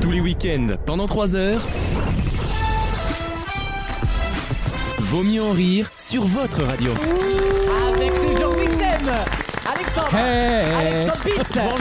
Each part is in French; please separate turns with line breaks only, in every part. Tous les week-ends, pendant 3 heures. Vaut mieux en rire sur votre radio.
Avec toujours Wissem, Alexandre,
Hey.
Eh, Alexandre Bis,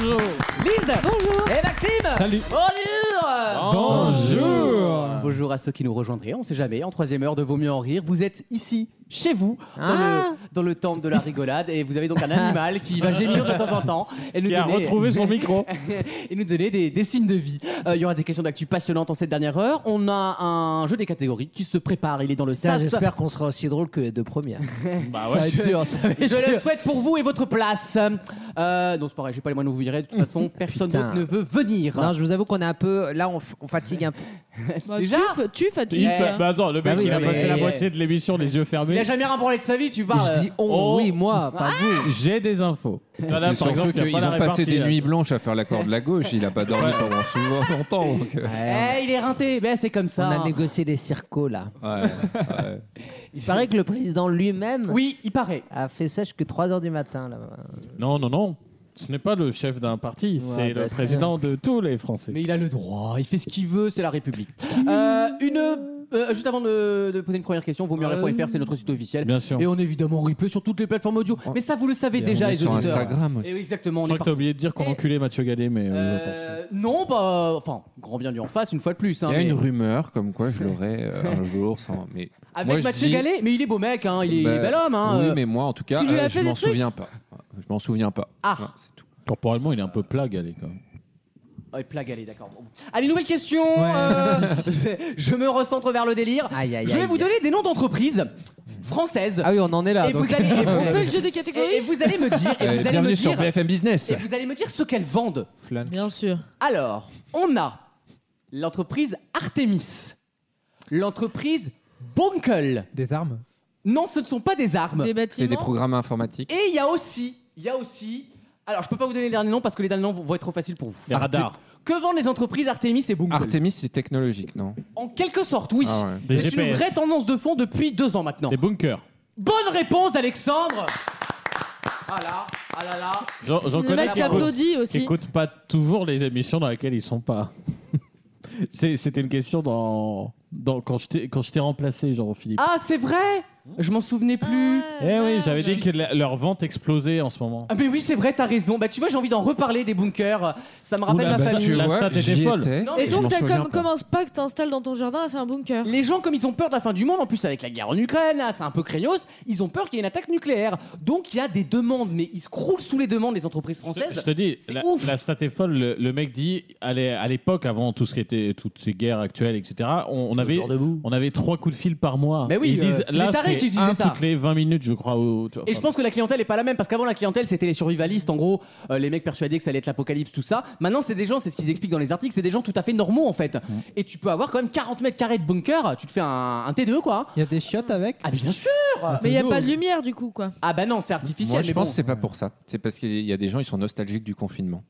Bonjour.
Lise Bonjour. et Maxime.
Salut.
Bonjour.
Bonjour.
Bonjour à ceux qui nous rejoindraient, on ne sait jamais, en troisième heure de Vaut mieux en rire, vous êtes ici, chez vous, dans, le, dans le temple de la rigolade, et vous avez donc un animal qui va gémir de temps en temps et nous
Qui a
donner-
retrouvé son micro.
et nous donner des, des signes de vie. Euh, Il y aura des questions d'actu passionnantes en cette dernière heure. On a un jeu des catégories qui se prépare. Il est dans le
Putain,
sas.
J'espère qu'on sera aussi drôle que les deux premières.
Bah
ça va être dur, ça va être
Je
dur.
le souhaite pour vous et votre place. Euh, non, c'est pareil, j'ai pas les moyens de vous virer. De toute façon, personne
Putain.
d'autre ne veut venir.
Non, je vous avoue qu'on est un peu. Là, on, f- on fatigue un peu.
Bah,
Déjà
tu fa- tu fatigues.
Il fait- Bah attends, le
Bah
mec,
oui,
il a
non, mais-
passé la moitié de l'émission les yeux
Il
fermés.
a jamais rien parlé de sa vie, tu parles.
Je dis euh, on,
Oh.
oui, moi, pas vous.
J'ai des infos. Là,
C'est
par
surtout
exemple, il y a
qu'ils
pas la
ont passé
répartie,
des
là.
nuits blanches à faire l'accord de la gauche. Il a pas dormi pendant souvent longtemps. donc, euh,
Eh,
Ouais,
il est rinté, ben, c'est comme
on
ça.
a négocié des circos, là.
ouais, ouais.
Il paraît que le président lui-même
Oui, il paraît.
a fait ça jusque 3h du matin, là.
Non, non, non. Ce n'est pas le chef d'un parti, c'est
bah,
le
si.
président de tous les Français.
Mais il a le droit, il fait ce qu'il veut, c'est la République. Euh, une, euh, juste avant de, de poser une première question, vaut mieux rien.fr, c'est notre site officiel.
Bien sûr.
Et on est évidemment en replay sur toutes les plateformes audio. Mais ça, vous le savez
Et
déjà,
On est
les
sur
auditeurs.
Instagram
Et
aussi.
Eh oui, exactement,
Je
on
crois
est
que t'as
partout.
oublié de dire qu'on
Et-
enculait Mathieu Gadet, mais euh, attention.
Euh, non, bah, enfin, grand bien lui en face, une fois de plus. hein,
Il y a
mais-
une rumeur comme quoi je l'aurais euh, un jour sans. Mais
Avec
moi, je
Mathieu
dis-
Gallet, mais il est beau mec, hein, il est
Ben,
Bah,
bel homme. Hein,
Oui,
euh.
mais moi, en tout cas,
Tu lui
euh,
as
je
fait
m'en
des trucs
souviens pas. Je m'en souviens pas.
Ah.
Ouais, c'est tout.
Corporellement, il est un peu plat, Gadet, quand même.
Ouais, plat Gallet, d'accord. bon. Allez, nouvelle question. euh, je me recentre vers le délire.
Aïe, aïe,
je vais
aïe.
vous donner des noms d'entreprises françaises.
Ah oui, on en est là.
et,
donc.
vous allez, et,
On fait le
vous,
jeu des
et- et
catégories
vous allez me dire, et
Euh,
vous allez
bienvenue
me
sur
dire,
BFM Business.
et vous allez me dire ce qu'elles vendent.
Bien sûr.
Alors, on a l'entreprise Artemis, l'entreprise Bonkel.
Des armes
Non, ce ne sont pas des armes.
Des
C'est des
bâtiments.
programmes informatiques.
Et il y a aussi, il y a aussi. Alors, je peux pas vous donner les derniers noms parce que les derniers noms vont- vont être trop faciles pour vous.
Les radars.
Que vendent les entreprises Artemis et Bungle
Artemis, c'est technologique, non
En quelque sorte, oui.
Ah ouais.
Des
C'est une
GPS.
vraie tendance de fond depuis deux ans maintenant.
Des bunkers.
Bonne réponse d'Alexandre. Ah là, ah là là.
J'en j'en
Le
connais
mec
qui
qui écoutent-
s'applaudit
qui
aussi.
écoutent pas toujours les émissions dans lesquelles ils sont pas. C'est- C'était une question dans, dans quand je t'ai- quand je t'ai remplacé, Jean-Philippe.
Ah, c'est vrai. Je m'en souvenais plus.
Eh oui, j'avais dit que la- leur vente explosait en ce moment.
Ah mais oui, c'est vrai, t'as raison. Bah tu vois, j'ai envie d'en reparler des bunkers. Ça me rappelle
Oula,
ma
bah,
famille.
tu- la stat était
j'y
folle.
étais,
Non,
Et
je
donc,
m'en
t'as
souviens
comme,
pas.
commence pas que t'installes dans ton jardin, c'est un bunker.
Les gens, comme ils ont peur de la fin du monde, en plus avec la guerre en Ukraine, là, c'est un peu craignos, ils ont peur qu'il y ait une attaque nucléaire. Donc il y a des demandes, mais ils se croulent sous les demandes des entreprises françaises.
Je te dis,
c'est
la,
ouf.
la stat est folle. Le, le mec dit, à l'é- à l'époque, avant tout ce qui était toutes ces guerres actuelles, etc. On, on avait, on avait trois coups de fil par mois.
Mais oui,
ils disent
euh, c'est
là,
les tarés qui
c'est
utilisaient
un
ça.
toutes les 20 minutes, je crois. au- tu vois,
Et je
enfin,
pense que la clientèle est pas la même parce qu'avant la clientèle c'était les survivalistes en gros euh, les mecs persuadés que ça allait être l'apocalypse tout ça maintenant c'est des gens c'est ce qu'ils expliquent dans les articles c'est des gens tout à fait normaux en fait et tu peux avoir quand même 40 mètres carrés de bunker tu te fais un, un T2 quoi
Il y a des chiottes avec
ah bien sûr
Mais il a pas de lumière du coup, quoi.
ah bah non c'est artificiel
Moi,
mais
je pense
bon.
que c'est pas pour ça. C'est parce qu'il y a des gens, ils sont nostalgiques du confinement.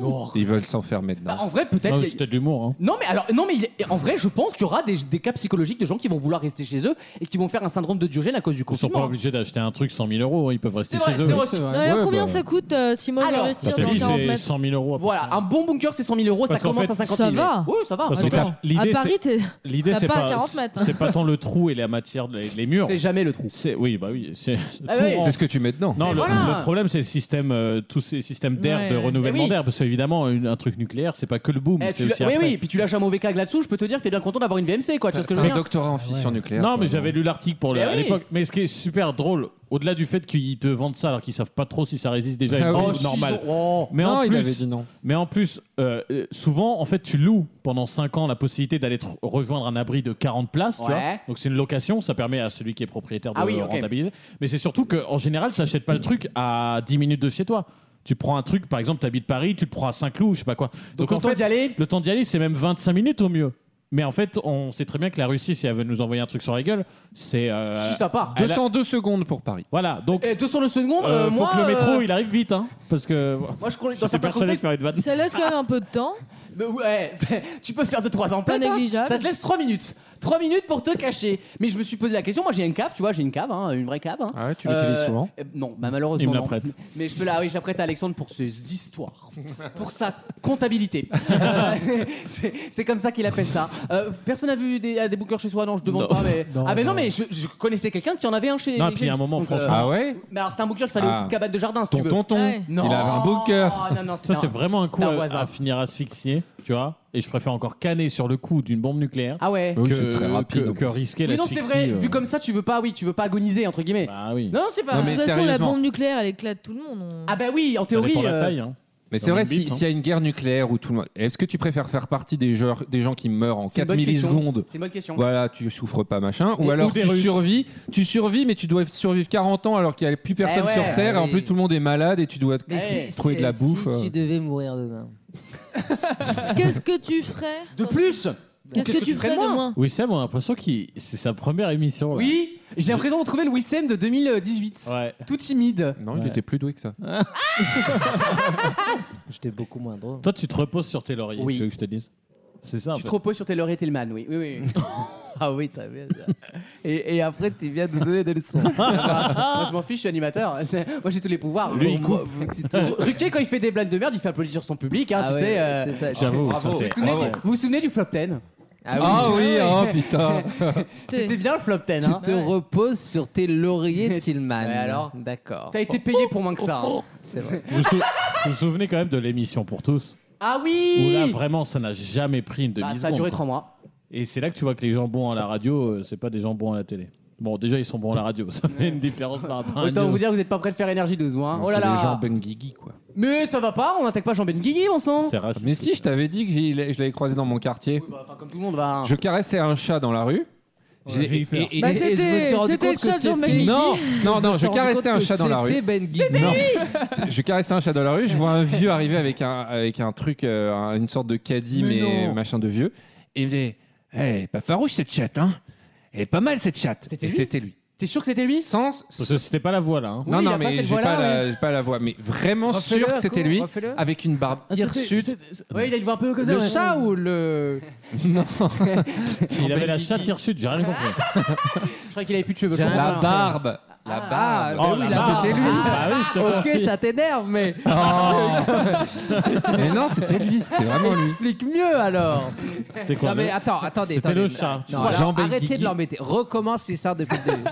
Non.
Ils veulent s'enfermer
Bah,
dedans.
en vrai peut-être
non,
il y a-
c'est peut-être de l'humour. hein.
Non mais alors non mais il est- en vrai je pense qu'il y aura des, des cas psychologiques de gens qui vont vouloir rester chez eux et qui vont faire un syndrome de Diogène à cause du
Ils sont pas
confinement.
obligés d'acheter un truc 100 000 euros. hein, Ils peuvent rester
C'est vrai,
chez eux.
c'est vrai.
Non, alors,
Ouais,
combien
bah.
ça coûte euh, si moi
Alors,
Je
j'investis
te
dans
dis,
40
c'est
mètres
100 000 euros.
Voilà, un bon bunker c'est 100 000 euros, ça
Parce qu'en
commence
fait,
à 50
ça
000.
va.
Oui, ça va.
Parce que
Attends,
t'as- l'idée,
à Paris,
c'est-
t'es.
L'idée,
T'as
c'est
pas
pas,
40 mètres.
c'est pas tant le trou et la matière, les, les murs.
C'est jamais le trou.
C'est oui, bah oui, c'est
Ah
tout
oui.
rend-
C'est ce que tu mets dedans.
Non,
Mais
le,
voilà.
le problème, c'est le système, euh, tous ces systèmes d'air,
Ouais.
de renouvellement
Eh oui.
d'air, parce qu'évidemment, une- un truc nucléaire, c'est pas que le boom,
Eh,
c'est
tu
aussi
lâ- oui,
après.
oui, puis tu lâches un mauvais cag là-dessous, je peux te dire que t'es bien content d'avoir une VMC, quoi. Tu vois ce que je
T'as
veux
un
dire
doctorat en fission nucléaire.
Non,
toi,
mais j'avais lu l'article pour le,
Eh
à
oui.
l'époque. Mais ce qui est super drôle, au-delà du fait qu'ils te vendent ça alors qu'ils savent pas trop si ça résiste déjà à
Ah
une
oui.
bombe
si,
normale.
ils ont- oh.
Mais, en
Non, il avait
plus,
dit non.
mais en plus, euh, euh, souvent, en fait, tu loues pendant 5 ans la possibilité d'aller tr- rejoindre un abri de 40 places. tu
Ouais.
vois. Donc c'est une location, ça permet à celui qui est propriétaire de
Ah oui, ok.
rentabiliser. Mais c'est surtout qu'en général, tu n'achètes pas le truc à 10 minutes de chez toi. Tu prends un truc, par exemple, tu habites Paris, tu le prends à Saint-Cloud, je sais pas quoi.
Donc,
en
autant
fait,
d'y aller.
le temps d'y aller, c'est même 25 minutes au mieux. Mais en fait, on sait très bien que la Russie, si elle veut nous envoyer un truc sur la gueule, c'est. euh,
Si ça part.
elle a-
202 secondes pour Paris.
Voilà, donc.
Eh, 200 secondes,
euh, faut
moi.
que le métro
euh,
il arrive vite, hein, parce que
Moi, je connais
je
dans
suis
certains
persuadé de
contextes.
faire une vanne.
Ça laisse quand même un peu de temps.
Mais ouais, c'est- tu peux faire 2-3 ans plein.
Pas négligeable.
Ça te laisse 3 minutes. Trois minutes pour te cacher. Mais je me suis posé la question. Moi, j'ai une cave, tu vois, j'ai une cave, hein, une vraie cave. hein.
Ah ouais, tu l'utilises souvent
euh, Non, bah, malheureusement.
Il me la
non.
prête.
Mais je peux la, ah oui, je la prête à Alexandre pour ses histoires, pour sa comptabilité. Euh, c'est c'est comme ça qu'il appelle ça. Euh, personne n'a vu des, à des bookers chez soi Non, je demande
Non.
pas. Mais...
Non,
ah, mais non,
non.
mais je, je connaissais quelqu'un qui en avait un chez.
Non, et puis
chez
à un
lui.
moment,
Donc, euh,
franchement,
Ah ouais
Mais alors, c'était un booker qui s'allait
Ah.
aussi de cabane de jardin, si
Ton
tu veux.
tonton,
Ouais.
Non.
il avait un bunker.
Non, non,
Ça, c'est
un-
vraiment un coup
c'est un
à,
voisin.
à finir asphyxié, tu vois. Et je préfère encore canner sur le coup d'une bombe nucléaire
Ah ouais.
Oui,
que,
c'est très rapide.
que, que risquer
Oui, non,
l'asphyxie.
c'est vrai.
euh,
Vu comme ça, tu veux pas, oui, tu veux pas agoniser entre guillemets.
Bah oui.
non, non, c'est pas.
Non,
De
mais-
toute façon, la
sérieusement.
bombe nucléaire, elle éclate tout le monde. on-
Ah bah oui, en
Ça
théorie.
dépend de la
euh,
taille. Hein.
Mais c'est
Dans
vrai,
une
si-
bite,
s'il y a une guerre nucléaire où tout le monde. Est-ce que tu préfères faire partie des, gens- des gens qui meurent en
c'est une
4
bonne question.
millisecondes
C'est une bonne question.
Voilà, tu souffres pas, machin.
Et-
Ou alors
ou
des
tu
Russes.
survis, tu survis, mais tu dois survivre 40 ans alors qu'il n'y a plus personne
ouais,
sur Terre. Et en
oui.
plus, tout le monde est malade et tu dois
Mais
Eh,
si,
trouver de la
si
bouffe, euh.
tu devais mourir demain.
Qu'est-ce que tu ferais
De plus.
Qu'est-ce que tu ferais de moins
Oui, Sam, on a l'impression que c'est sa première émission. là.
Oui, j'ai l'impression de retrouver le Wissem de 2018.
Ouais.
Tout timide.
Non,
Ouais.
il était plus doué que ça.
J'étais beaucoup moins drôle.
Toi, tu te reposes sur tes lauriers,
Oui.
tu veux que je te dise C'est ça. un
Tu
peu.
te reposes sur Taylor et Tillman, oui. oui, oui. oui.
Ah oui, t'as bien ça. Et, et après, tu viens de nous donner des leçons.
Moi, je m'en fiche, je suis animateur. Moi, j'ai tous les pouvoirs.
Lui, il
Moi, vous- tu- tu- Ruquier, quand il fait des blagues de merde, il fait applaudir son public, hein,
Ah
tu
ouais,
sais. euh,
c'est ça.
J'avoue, ça,
Vous vous,
c'est-
souvenez
bravo.
du, vous vous souvenez du flop 10
Ah oui, oh putain
C'était bien le flop 10.
Tu
hein.
te reposes sur tes lauriers, Tillman.
Ouais, alors
D'accord.
T'as été payé pour moins que ça. hein.
C'est vrai.
Vous sou- vous vous souvenez quand même de l'émission pour tous
Ah
Où
oui
là, vraiment, ça n'a jamais pris une
Bah,
demi-seconde.
Ça a duré
quoi.
3 mois.
Et c'est là que tu vois que les gens bons à la radio, euh, c'est pas des gens bons à la télé. Bon, déjà, ils sont bons à la radio, ça fait une différence par rapport à
Autant
nous.
vous dire que vous n'êtes pas prêt de faire énergie 12 mois. Oh là
C'est les gens
là
Benguigui, quoi.
Mais ça va pas, on n'attaque pas Jean-Ben Guigui, mon sang
C'est raciste.
Mais si, je t'avais dit que j'ai- je l'avais croisé dans mon quartier.
Oui, bah, enfin, comme tout le monde va. hein.
Je caressais un chat dans la rue. J'ai-
j'ai eu peur.
et- et-
Bah,
Et- et je me
c'était
suis rendu
c'était le
compte que
chat de Jean-Marc
c'était-
Guigui.
Non, non, non, je
me suis rendu
caressais
compte
un
que
chat dans la rue.
C'était Ben Guigui.
Non. je caressais un chat dans la rue, je vois un vieux arriver avec un, avec un truc, euh, un- une sorte de caddie,
Mais
mais,
non.
machin de vieux. Et il me dit Eh, pas farouche cette chatte, hein Elle est pas mal cette chatte.
C'était
Et
lui
c'était lui.
T'es sûr que c'était lui
Sans.
Parce que c'était pas la voix là. hein.
non,
Oui, il a
non,
pas
mais
cette
j'ai pas,
voix-là,
la- j'ai pas la voix, mais vraiment
Refais-le,
sûr que c'était
Coco,
lui,
refais-le.
avec une barbe hirsute.
Ouais, il a une voix un peu comme ça.
Le
ouais.
chat ou le.
Il avait la chatte hirsute, j'ai rien
Ah
compris.
Je crois qu'il avait plus de cheveux.
J'ai un
Ah,
La
ouais.
barbe La
Ah,
barbe
bah
Oh,
oui,
la
là,
barbe.
c'était lui. Ah
Bah oui, Oh, je te
ok,
confie.
ça t'énerve, mais
Mais non, c'était lui, c'était vraiment lui.
explique mieux alors.
C'était quoi
Non, mais
le-
attends, attendez.
C'était
attendez.
le chat.
Non,
Voilà.
alors,
Jean Ben
arrêtez
Guigui.
de l'embêter. Recommence l'histoire depuis le début.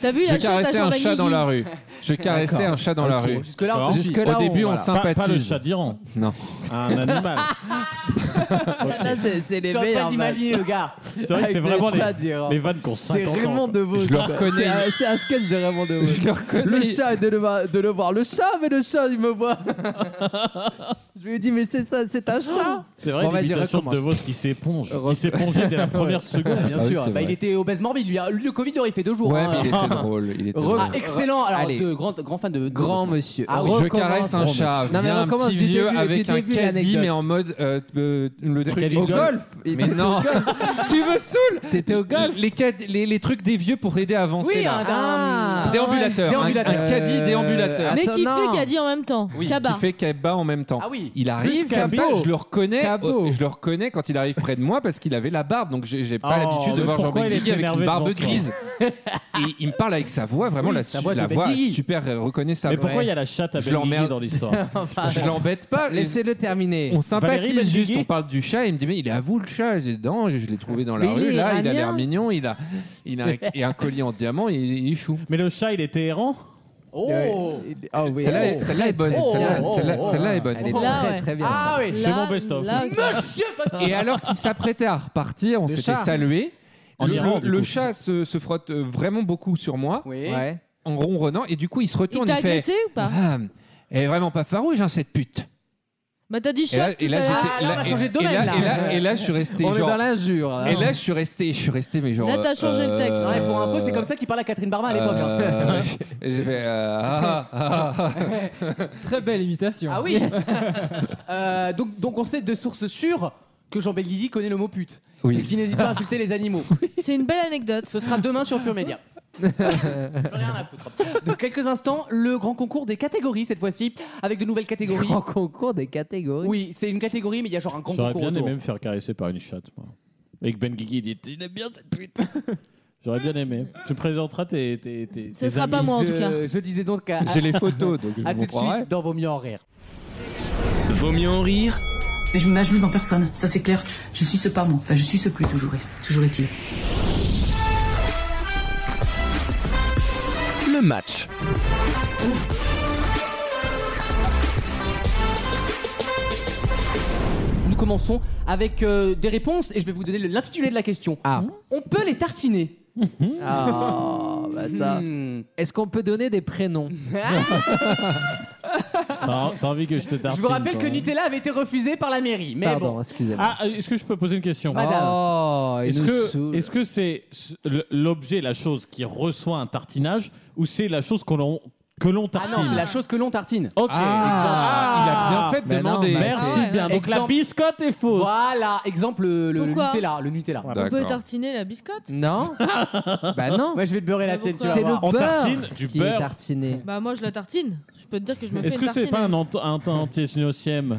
T'as vu
Je
la chatte à
caressais un
Jean-Marc
chat dans
Guigui
la rue. Je caressais un chat dans la rue.
Jusque-là,
Alors,
on te suit.
Jusque-là,
Au début, on,
voilà.
Pas- Pas, le
sympathise.
chat d'Iran,
non.
un animal.
Ça, c'est- C'est
Je
les
suis en train
hein,
meilleurs.
d'imaginer le gars.
C'est vrai que
Avec
c'est
le
vraiment
chat
les,
d'Iran.
les vannes qu'on 50
C'est
ans,
Raymond
quoi.
Devos.
Je le
quoi.
reconnais.
C'est un- C'est un sketch de Raymond Devos.
Je le reconnais.
Le chat, de le, voir- de le voir. Le chat, mais le chat, il me voit. je lui ai dit, mais c'est ça, c'est un chat.
C'est vrai,
Bon, vas-y,
l'imitation de
recommence.
Devos qui s'éponge. Il
Recommence.
s'épongeait dès la première seconde.
Bien
Ah oui,
sûr.
c'est
Bah,
vrai.
il était obèse morbide. Lui, Lui, le Covid, il aurait fait deux jours.
Ouais,
hein.
mais il était drôle. Il était
Re-
drôle.
Ah, excellent. Alors,
Allez.
de grand, grand fan de. de-
Grand monsieur.
Ah oui,
Je
Recommence.
caresse un chat,
Non, mais
vient un
recommence
petit
du
vieux
début,
avec
du
un
début,
caddie,
l'anecdote.
mais en mode euh, euh, le truc
caddie
Au
de golf.
golf. Il
Mais
était
non.
au golf.
tu me saoules
T'étais au golf.
les, cad- les, les trucs des vieux pour aider à avancer
Oui,
là.
un,
Ah.
un-
déambulateur,
Déambulateur.
Un, un caddie
Euh,
déambulateur.
Mais qui
Attends,
fait
non.
qu'a dit en même temps
Oui,
Kaba.
qui fait Kaba en même temps.
Ah oui.
Il arrive
Plus
comme ça,
Cabot.
je le reconnais.
Cabot.
euh, Je le reconnais quand il arrive près de moi parce qu'il avait la barbe, donc j'ai j'ai pas
Oh,
l'habitude de
mais
voir Jean
pourquoi il est
Benguigui avec une
énervé
barbe
devant toi
grise. Et il me parle avec sa voix, vraiment
Oui,
la,
sa
su-
voix de
la voix
Benguigui.
super euh, reconnaissable.
Mais pourquoi il y a la chatte à
Je
Benguigui
l'emmerde.
dans l'histoire
Je l'embête pas.
Laissez-le terminer.
On
Valérie
sympathise
Benguigui
juste, on parle du chat, il me dit mais il est à vous le chat, il est dedans, je, je l'ai trouvé dans la
Mais il
rue,
est
là, il a
iranien.
l'air mignon, il a, il a un, et un collier en diamant, il, il est chou.
Mais le chat, il était errant
Oh
Ah oui.
Celle-là
Oh,
est- celle-là est
très,
bonne,
très
celle-là
bien.
oh,
celle-là-
oh,
celle-là est bonne.
Elle est
Oh.
très
Ouais.
très bien.
Ah
ça.
oui
C'est mon best-of.
là,
Monsieur
Et alors qu'il s'apprêtait à repartir, on
Le
s'était
chat.
salué.
En
le,
Iran,
le-
du
le
coup.
chat se, se frotte euh, vraiment beaucoup sur moi
Oui.
Ouais.
en ronronnant et du coup il se
Il
retourne
t'a
il fait
agressé ou pas
ah, elle est vraiment pas farouche hein, cette pute.
Bah t'as dit
Et là,
chat tout
et
à
là,
l'heure.
j'étais-
Ah, là, on a
et-
changé de
et
domaine, là.
et là, et là, je suis resté
On est
genre
dans l'injure. là.
et là je suis resté je suis resté mais genre
Là, t'as changé le texte.
Ouais, pour info, c'est comme ça qu'il parlait à Catherine Barma à l'époque. hein.
Euh, j'ai- j'ai fait, euh, ah, ah, ah.
Très belle imitation.
Ah oui Euh, donc, donc on sait de sources sûres que Jean Benguigui connaît le mot pute. Et
Oui.
qui n'hésite pas à insulter les animaux.
C'est une belle anecdote.
Ce sera demain sur Pure Média. J'en ai rien à foutre. Dans quelques instants, le grand concours des catégories cette fois-ci, avec de nouvelles catégories.
En concours des catégories.
Oui, c'est une catégorie, mais il y a genre un grand
J'aurais
concours
bien
autour.
aimé me faire caresser par une chatte. moi. Et que Ben Guigui dit Il aime bien cette pute. J'aurais bien aimé. Tu présenteras tes. tes, tes-
Ce
tes
sera
amis.
pas moi en tout cas.
Je, je disais donc à, à-
J'ai les photos, donc je
à
vous
tout de
croirais.
suite dans Vaut mieux en rire.
Vaut mieux en rire
Mais je ne m'ajoute en personne, ça c'est clair. Je suis ce pas moi. Enfin, je suis ce plus toujours, est- toujours est-il.
le match.
Nous commençons avec euh, des réponses et je vais vous donner le- l'intitulé de la question.
Ah.
On peut les tartiner.
Ah, bah ça.
Hmm.
Est-ce qu'on peut donner des prénoms
T'as t'as envie que je te tartine.
Je vous rappelle
toi,
que
hein.
Nutella avait été refusée par la mairie. Mais
Pardon,
bon.
excusez-moi.
Ah, est-ce que je peux poser une question
Madame.
Oh, il
Est-ce
nous
que
saoule.
est-ce que c'est ce- le- l'objet, la chose qui reçoit un tartinage ou c'est la chose qu'on l'on- que l'on
Ah
tartine
non, c'est la chose que l'on tartine.
Ok.
Ah, il a bien fait de
Mais non,
demander.
bah,
Merci
Ah ouais,
bien.
ouais.
Donc la
Exemple.
biscotte est
Oh.
fausse.
Voilà, exemple le, le
Pourquoi
Nutella, le Nutella.
On peut
D'accord.
tartiner la biscotte
Non Bah non
Moi je vais te beurrer la
Mais
tienne, tu
pourquoi
vas
C'est le
voir.
On
beurre
tartine du
qui
beurre.
est tartiné.
Bah moi je la tartine. Je peux te dire que je me fais
Est-ce
une
que c'est
tartine.
pas un, ant- un antisémitisme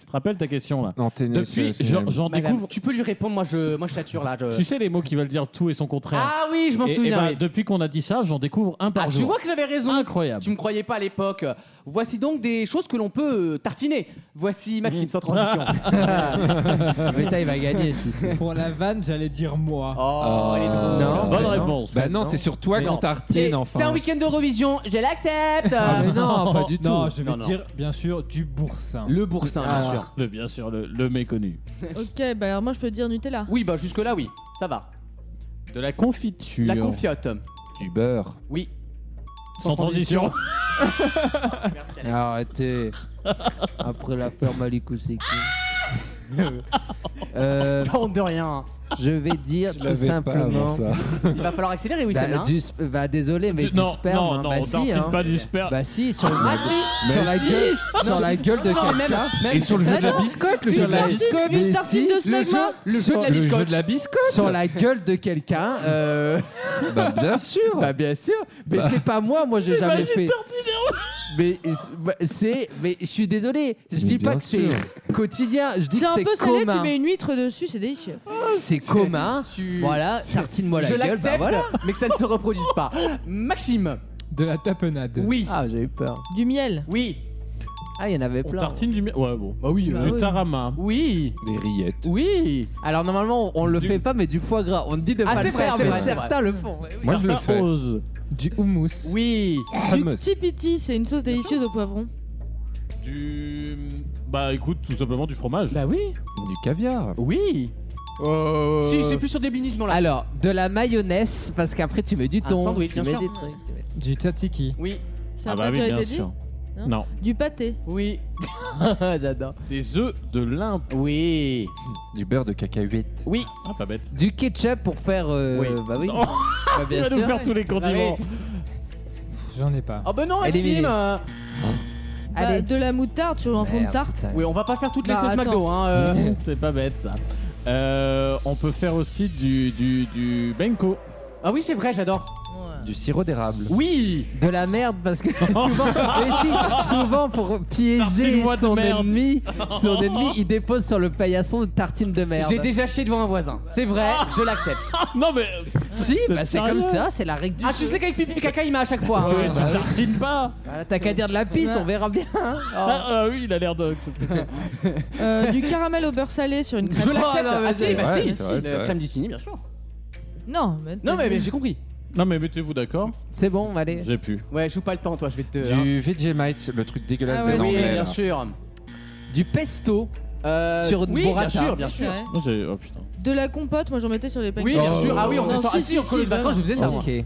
Tu te rappelles ta question là
Non, t'es né
Depuis,
sur le
j'en
film.
j'en
Madame,
découvre.
Tu peux lui répondre, moi je, moi je sature là. je-
Tu sais les mots qui veulent dire tout et son contraire.
Ah oui, je m'en
Et- et
souviens.
ben,
oui.
Depuis qu'on a dit ça, j'en découvre un par
Ah,
jour.
tu vois que j'avais raison.
Incroyable.
Tu me croyais pas à l'époque. Voici donc des choses que l'on peut euh, tartiner. Voici Maxime sans transition.
Veta, il va gagner si c'est.
Pour la vanne, j'allais dire moi.
Oh, elle est drôle.
Non,
Bonne
mais non.
réponse.
Bah non, c'est sur toi
Mais
qu'on
non.
tartine,
Et
enfin.
C'est un week-end de revision, je l'accepte.
Ah, mais non, pas du tout.
Non, je vais
Non, non.
dire, bien sûr, du boursin.
Le boursin, bien sûr.
Le- bien sûr, le, le méconnu.
Ok, bah alors moi je peux te dire Nutella.
Oui, bah jusque-là, oui, ça va.
De la confiture.
La confiote.
Du beurre.
Oui.
Sans transition.
Merci, Alex.
Arrêtez. Après l'affaire Malikou Seki. Euh,
Tente de rien. hein.
je vais dire tout
l'avais pas avant
simplement.
ça.
Il va falloir accélérer, oui,
Bah,
celle-là. hein.
du sp- bah, désolé, mais du
non,
sperme.
non,
hein.
non,
bah,
on
si,
tartine
hein.
pas du sperme.
Bah si, sur,
Ah si
sur
Mais
la
si.
gueule, sur la gueule de
Non,
quelqu'un.
même, même-
Et sur le jeu
Bah
de la
non,
biscotte, le
c'est
jeu de la
une
biscotte.
tartine, une tartine de ce
le jeu,
mec-là.
le jeu de la
Le jeu
biscotte.
de la biscotte
Sur la gueule de quelqu'un. euh,
Bah bien sûr
Bah bien sûr, mais c'est pas moi, moi j'ai jamais fait. Mais bah, c'est, mais je suis désolé, je dis
bien
pas que c'est quotidien, je dis
C'est
que
un
c'est
peu salé, tu
commun.
mets une huître dessus, c'est délicieux.
C'est commun. Voilà, tartine-moi la
je
gueule,
l'accepte,
bah voilà.
mais que ça ne se reproduise pas. Maxime,
De la tapenade.
oui,
Ah j'ai eu peur.
Du miel.
oui,
Ah il y en avait
On
plein.
tartine du. mi- Ouais, bon. euh,
bah oui,
Bah
du
oui.
tarama. hein.
oui,
Des rillettes.
oui.
Alors normalement on le
Du-
fait pas, mais du foie gras, on dit de
Ah,
pas le
c'est vrai,
faire,
c'est
mais
vrai, c'est
certains le font.
Moi je le
Certains
fais.
osent.
Du houmous.
Oui,
Hummus.
Tipiti, c'est une sauce délicieuse au poivron.
Du. Bah écoute, tout simplement du fromage. Ah
bah oui,
Du caviar.
oui. Si, c'est plus sur des bénissements là.
Euh, Alors de la mayonnaise parce qu'après tu mets du
Un
thon,
sandwich, bien
tu mets
sûr.
des trucs. tu mets-
Du tzatziki.
oui,
Ça
Ah bah
a pas déjà été dit Non.
Non.
Du pâté.
oui,
J'adore.
Des œufs de limpe.
oui,
Du beurre de cacahuète.
oui.
Ah, pas bête.
Du ketchup pour faire. euh,
Oui.
Bah oui.
Non.
Bah,
Il
bien
va nous
sûr.
faire tous les condiments.
Pff, J'en ai pas.
Ah.
Oh bah non,
Éliminé.
Maxime. euh,
Bah,
Allez.
de la moutarde, tu en fond de
Merde,
tarte.
putain.
Oui, on va pas faire toutes les
Bah,
sauces
attends.
McDo, hein. euh.
C'est pas bête ça. Euh, on peut faire aussi du, du, du benko.
Ah oui, c'est vrai, j'adore.
Du sirop d'érable.
Oui,
De la merde parce que souvent, mais si, souvent pour piéger
Tartine-moi de
son
merde.
ennemi, son ennemi, il dépose sur le paillasson une tartine de merde.
j'ai déjà Ah. chié devant un voisin. C'est vrai, je l'accepte.
Non mais. euh,
Si, bah c'est
sérieux
comme ça, c'est la règle du
Ah, tu
jeu.
sais qu'avec pipi caca, il m'a à chaque fois. hein.
Ah,
Ouais,
bah
tu tartines pas
Voilà, T'as qu'à dire de la pisse, on verra bien.
ah, ah oui, il a l'air de.
Euh, du caramel au beurre salé sur une crème.
Je l'accepte.
Oh, non, mais
Ah si,
c'est-
bah
Ouais,
si,
c'est vrai, c'est
euh,
vrai.
crème d'isigny, bien sûr.
Non, mais.
Non, mais, mais j'ai compris.
Non mais mettez-vous d'accord.
C'est bon, allez.
J'ai pu.
Ouais, je joue pas le temps, toi, je vais te. hein.
Du Vegemite, le truc dégueulasse
Ah ouais,
des
Oui,
Anglais.
bien
là.
sûr.
Du pesto.
Euh,
Sur une
oui,
burrata.
bien sûr, bien
C'est
sûr.
vrai.
Moi, j'ai- Oh putain.
De la compote, moi j'en mettais sur les pancakes.
Oui, bien sûr. Ah oui, on
Non,
s'est sorti.
si,
Ah si,
si,
en
si,
colonie de vacances, je faisais ça. moi.
Oh. Ok.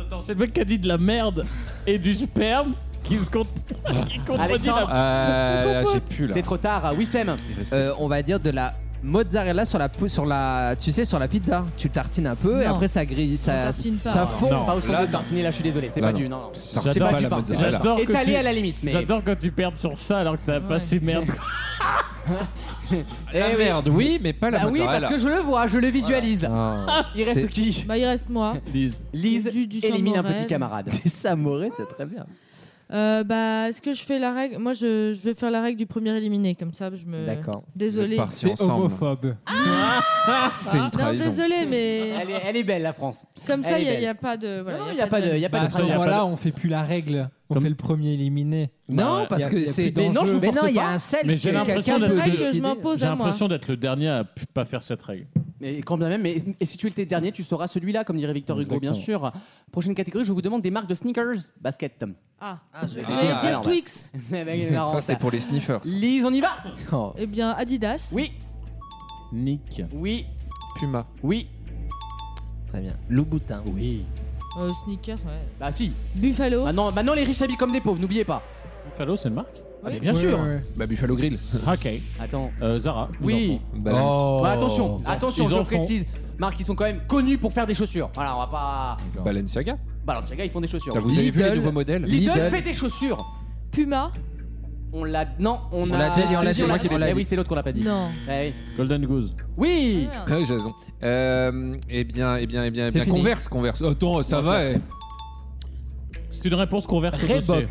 Attends, c'est le mec qui a dit de la merde et du sperme qui se compte. qui contredit
Alexandre.
la.
Euh, là, j'ai plus là.
C'est trop tard. Ah, Oui, Sam.
Il reste-
Euh, on va dire de la mozzarella sur la pou- sur la tu sais sur la pizza. Tu tartines un peu et
Non.
après ça grille, ça
tartine pas.
ça fond.
Non.
Pas au sens
là,
de tartiner, là, je suis désolé. C'est
Là,
pas
non.
du. Non, non.
Tartine
j'adore
pas
la
la mozzarella.
J'adore que
Étalé
tu-
à la limite, mais.
J'adore quand tu perds sur ça alors que t'as
Ouais.
passé merde.
La
Eh oui.
Ah merde, oui, mais pas la
Ah oui,
mozzarella.
parce que je le vois, je le visualise.
Ah.
Il
C'est-
reste qui
Bah, il reste moi.
Lise.
Lise
Du- du
élimine un
Saint-Morel.
petit camarade.
Du samouré, c'est très bien.
Euh, bah, est-ce que je fais la règle Moi, je, je vais faire la règle du premier éliminé, comme ça, je me.
D'accord.
Désolé.
Vous êtes partis
C'est
ensemble. Ah.
homophobe.
C'est une
Non,
trahison.
désolé, mais
Elle est, elle est belle, la France.
comme ça,
Elle est
il
belle.
n'y a, pas de. voilà,
non,
y
il n'y a pas de. il Y a pas
Ah,
Bah,
de
à ce
trahison.
moment-là, on fait plus la règle. On
Comme-
fait le premier éliminé.
Non, parce
y a-
que
y a
c'est.
plus
Mais non,
d'enjeu.
je mais
force
non, il y a
pas.
un sel.
Mais
que
j'ai l'impression
quelqu'un
de-
peut
de-
décider.
je m'en- Pose
J'ai
à moi.
l'impression d'être le dernier à pu- pas faire cette règle.
Mais quand bien même, mais, et si tu es le dernier, tu seras celui-là, comme dirait Victor Hugo, bien sûr. Prochaine catégorie, je vous demande des marques de sneakers basket. Eh ben,
Ah,
je
j'allais dire Twix.
Ça, c'est pour les sniffers.
Lise, on y va
Oh,
Eh bien, Adidas.
Oui,
Nick.
oui,
Puma.
oui.
très bien. Louboutin.
Oui.
Euh, sneakers, ouais.
Bah si.
Buffalo.
Maintenant, maintenant les riches s'habillent comme des pauvres, n'oubliez pas.
Buffalo, c'est une marque
Ah, mais
Oui.
bien sûr.
Bah, Buffalo Grill.
Ok.
Attends.
Euh, Zara. ils en
Oui.
font.
Bah,
Bah, attention, attention,
ils
je
en font.
précise. Marques qui sont quand même connues pour faire des chaussures. Voilà, on va pas.
Balenciaga.
Bah alors, ces gars, ils font des chaussures.
T'as- Vous avez vu les nouveaux modèles
Lidl, fait des chaussures.
Puma.
On l'a. Non, on,
On
a.
l'a dit, on l'a
c'est-
dit,
c'est
c'est moi qui
dit.
l'ai
Eh
dit.
oui, c'est l'autre qu'on l'a pas dit.
Non.
Eh oui.
Golden Goose.
Oui.
Ah, merde.
Ouais, Jason. Euh, eh bien, eh bien, eh bien, eh
C'est
bien.
fini.
Converse, converse. Attends, ça
Moi,
va.
je
eh.
l'accepte.
C'est une réponse qu'on verse au
Reebok.
dossier.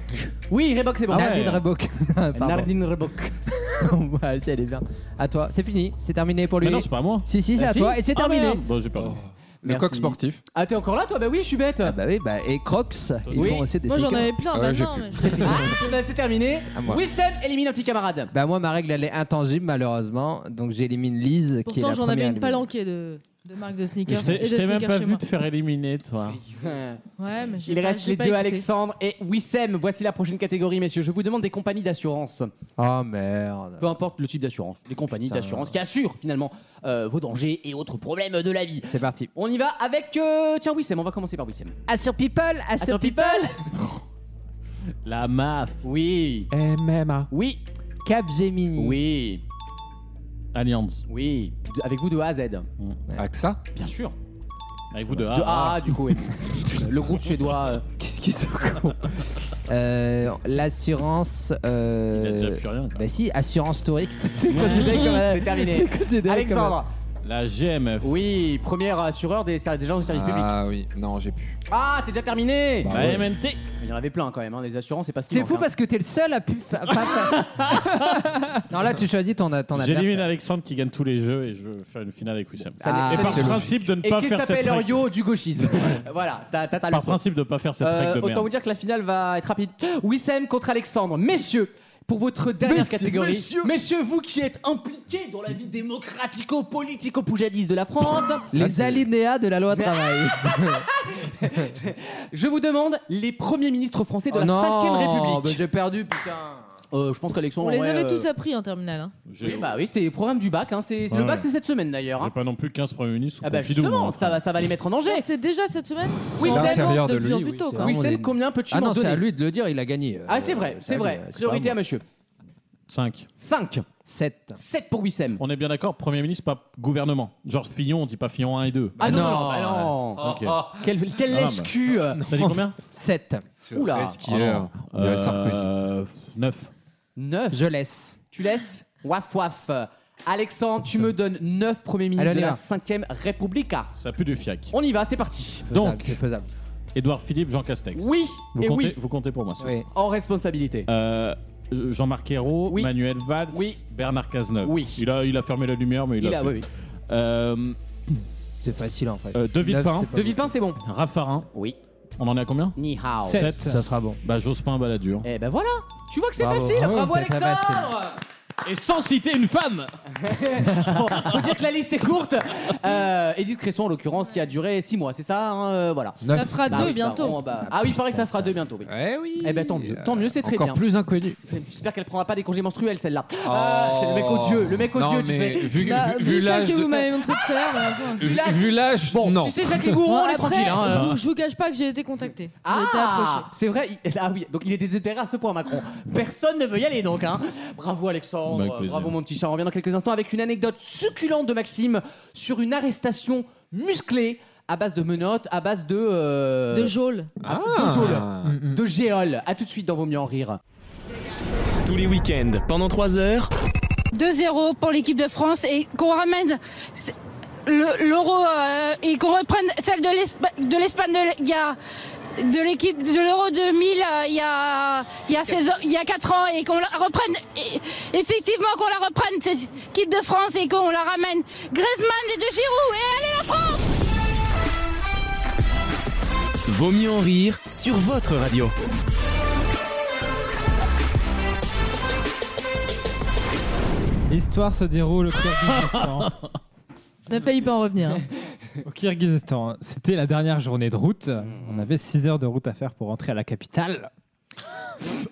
Oui, Reebok, c'est bon.
Ah ouais.
Nadine Reboc. Pardon.
Nardine Reebok.
Ouais, si, elle est bien. À toi. C'est fini. C'est terminé pour lui.
Mais non, c'est pas à moi.
Si, si, c'est
Bah,
à
si.
toi. Et c'est
Ah,
terminé.
merde. Bon, j'ai perdu.
Le
Merci.
coq sportif.
Ah, t'es encore là, toi Bah oui, je suis bête.
Ah bah oui, bah, et Crocs, ils
Oui.
font aussi des
Moi, j'en
sneakers.
avais plein
Ah, j'ai
maintenant.
plus.
mais-
Ah, bah, c'est terminé.
À moi.
Wissem élimine un petit camarade.
Bah moi, ma règle, elle est intangible, malheureusement. Donc j'élimine Lise, qui est la
Pourtant,
première
j'en avais une
éliminée.
palanquée de, de marques de
Mais
sneakers.
Je t'ai
et de
je t'ai même
sneakers
pas
chez
vu
moi.
te faire éliminer, toi.
Ouais, mais j'ai
Il
pas-
reste
j'ai
les
pas
deux
écouté.
Alexandre et Wissem. Voici la prochaine catégorie, messieurs. Je vous demande des compagnies d'assurance.
Oh merde.
Peu importe le type d'assurance. Les compagnies
Putain.
d'assurance qui assurent finalement euh, vos dangers et autres problèmes de la vie.
C'est parti.
On y va avec. euh, tiens, Wissem, on va commencer par Wissem.
Ah,
Assure Ah, People, Assure
Assure
People.
People
La MAF.
Oui.
MMA.
Oui.
Capgemini.
Oui.
Alliance.
Oui. De- avec vous de A à Z.
AXA.
Bien sûr.
Avec vous Ah, de A.
De A à A, du coup, oui. Le groupe suédois. euh,
Qu'est-ce qu'ils sont cons Euh, L'assurance...
Il y a déjà
Euh...
plus rien. quoi.
Bah si, Assurance Tourix.
considéré comme- C'est terminé.
considéré
Alexandre.
La GMF.
Oui, premier assureur des, ser- des gens du service public.
Ah oui. Non, j'ai plus.
Ah, c'est déjà terminé
La MNT.
Il y en avait plein quand même, hein, les assurances, c'est pas ce qui
C'est
manque,
fou
hein.
parce que t'es le seul à pu... fa- pas faire- non, là, tu choisis ton, ton
J'élimine
adversaire.
Alexandre qui gagne tous les jeux et je veux faire une finale avec Wissem.
Ça
Ah,
n'est-
et
ça
par
n'est-
principe de ne
Et
pas
qui
faire cette
s'appelle
règle.
Orio du gauchisme. voilà, t'as t'as- t'as le
Par
son.
principe de ne pas faire cette
Euh,
règle de
autant vous
merde.
dire que la finale va être rapide. Wissem contre Alexandre. Messieurs, pour votre dernière
Messieurs,
catégorie.
messieurs.
vous qui êtes impliqués dans la vie démocratico-politico-poujadiste de la France,
Les alinéas de la loi travail.
je vous demande les premiers ministres français de la 5ème République.
bah, j'ai perdu, putain.
Euh, je pense qu'Alexandre.
On les
ouais,
avait
euh,
tous appris en terminale. hein.
J'ai
Oui, bah oui, c'est le programme du bac. hein, c'est- c'est- Le
Ouais.
bac, c'est cette semaine d'ailleurs. hein.
j'ai pas non plus 15 premiers ministres.
Ah bah justement, ça va, ça va les mettre en danger.
Ah, C'est déjà cette semaine
Oui,
On
c'est à
avance
l'intérieur de
de plus
lui,
en
oui,
plus tôt,
c'est
quoi.
Oui,
on
Wissem,
est-
combien peux-tu
Ah
m'en
non, c'est
donner
à lui de le dire, il a gagné. Euh,
Ah, c'est vrai, c'est vrai. Priorité à monsieur.
5.
5,
7.
7 pour Wissem.
On est bien d'accord, Premier ministre, pas gouvernement. Genre Fillon, on dit pas Fillon 1 et 2.
Ah non,
non,
non, non, bah non.
Ok.
Quel, quel
Ah,
lèche-cul euh.
T'as dit combien Euh,
7.
Oula.
Skieur. On dirait Sarkozy.
9.
9.
Je laisse.
Tu laisses Waf waf. Alexandre, tu me donnes 9 premiers
Allez,
ministres
on
de
y
la
va.
5ème République.
Ça pue du fiac.
On y va, c'est parti.
Donc-
c'est faisable.
Édouard Philippe, Jean Castex.
Oui
Vous,
et
comptez,
oui.
vous comptez pour moi. ça.
Oui.
En responsabilité.
Euh, Jean-Marc Ayrault,
Oui.
Manuel Valls,
Oui.
Bernard Cazeneuve.
Oui.
Il a, il a fermé la lumière, mais il,
Il a,
fait.
oui, oui.
Euh,
C'est facile en fait.
Euh, De Villepin.
Neuf, c'est pas
De Villepin, c'est bon.
Raffarin.
Oui.
On en est à combien
Ni hao.
Sept.
bon. Ça sera bon.
Bah Jospin Balladur.
Eh ben voilà. Tu vois que c'est
Bravo.
facile.
Ah ouais,
Bravo
c'était très
Alexandre.
Et sans citer une femme
Faut dire que la liste est courte. Euh, Edith Cresson, en l'occurrence, qui a duré 6 mois, c'est ça hein, euh, Voilà.
Ça fera
Bah
deux
oui, bah,
bientôt.
on- bah, ah oui, il paraît que ça fera deux bientôt. Oui.
Eh oui.
Eh ben tant mieux, tant mieux, c'est très
Encore
bien.
plus inconnu.
J'espère qu'elle prendra pas des congés menstruels celle-là. Ah, c'est le mec odieux, le mec
Non,
odieux, tu
mais
sais.
Vu,
Bah,
vu- vu
vu celle
l'âge
que
de-
vous m'avez montré tout à l'heure, bah, quoi.
vu-
l'âge-
vu l'âge,
Bon,
non.
si c'est Jacques Légourou, on est
Après,
tranquille. hein, euh.
je, vous- je vous cache pas que j'ai été contacté. J'ai été
Ah,
approché.
c'est vrai. il- Ah oui, donc il est désespéré à ce point, Macron. Personne ne veut y aller donc. Hein. Bravo
Bah,
Alexandre,
avec plaisir.
bravo mon petit chat. On revient dans quelques instants avec une anecdote succulente de Maxime sur une arrestation musclée à base de menottes, à base de euh,
De Jôle.
ah, de geôle, de géole. À tout de suite dans Vaut mieux en rire.
Tous les week-ends, pendant 3 heures.
2-0 pour l'équipe de France et qu'on ramène le- l'euro euh, et qu'on reprenne celle de l'Espa- de l'Espagne de, il y a
de l'équipe de l'Euro 2000 euh, il y, a, il, y a 16 ans- il y a 4 ans et qu'on la reprenne, et- effectivement qu'on la reprenne, cette équipe de France et qu'on la ramène. Griezmann et De Giroud, et allez la France
Vaut mieux en rire sur votre radio.
L'histoire se déroule au Kyrgyzstan.
On a failli pas en revenir. hein.
au Kyrgyzstan, c'était la dernière journée de route.
Mmh.
On avait 6 heures de route à faire pour rentrer à la capitale.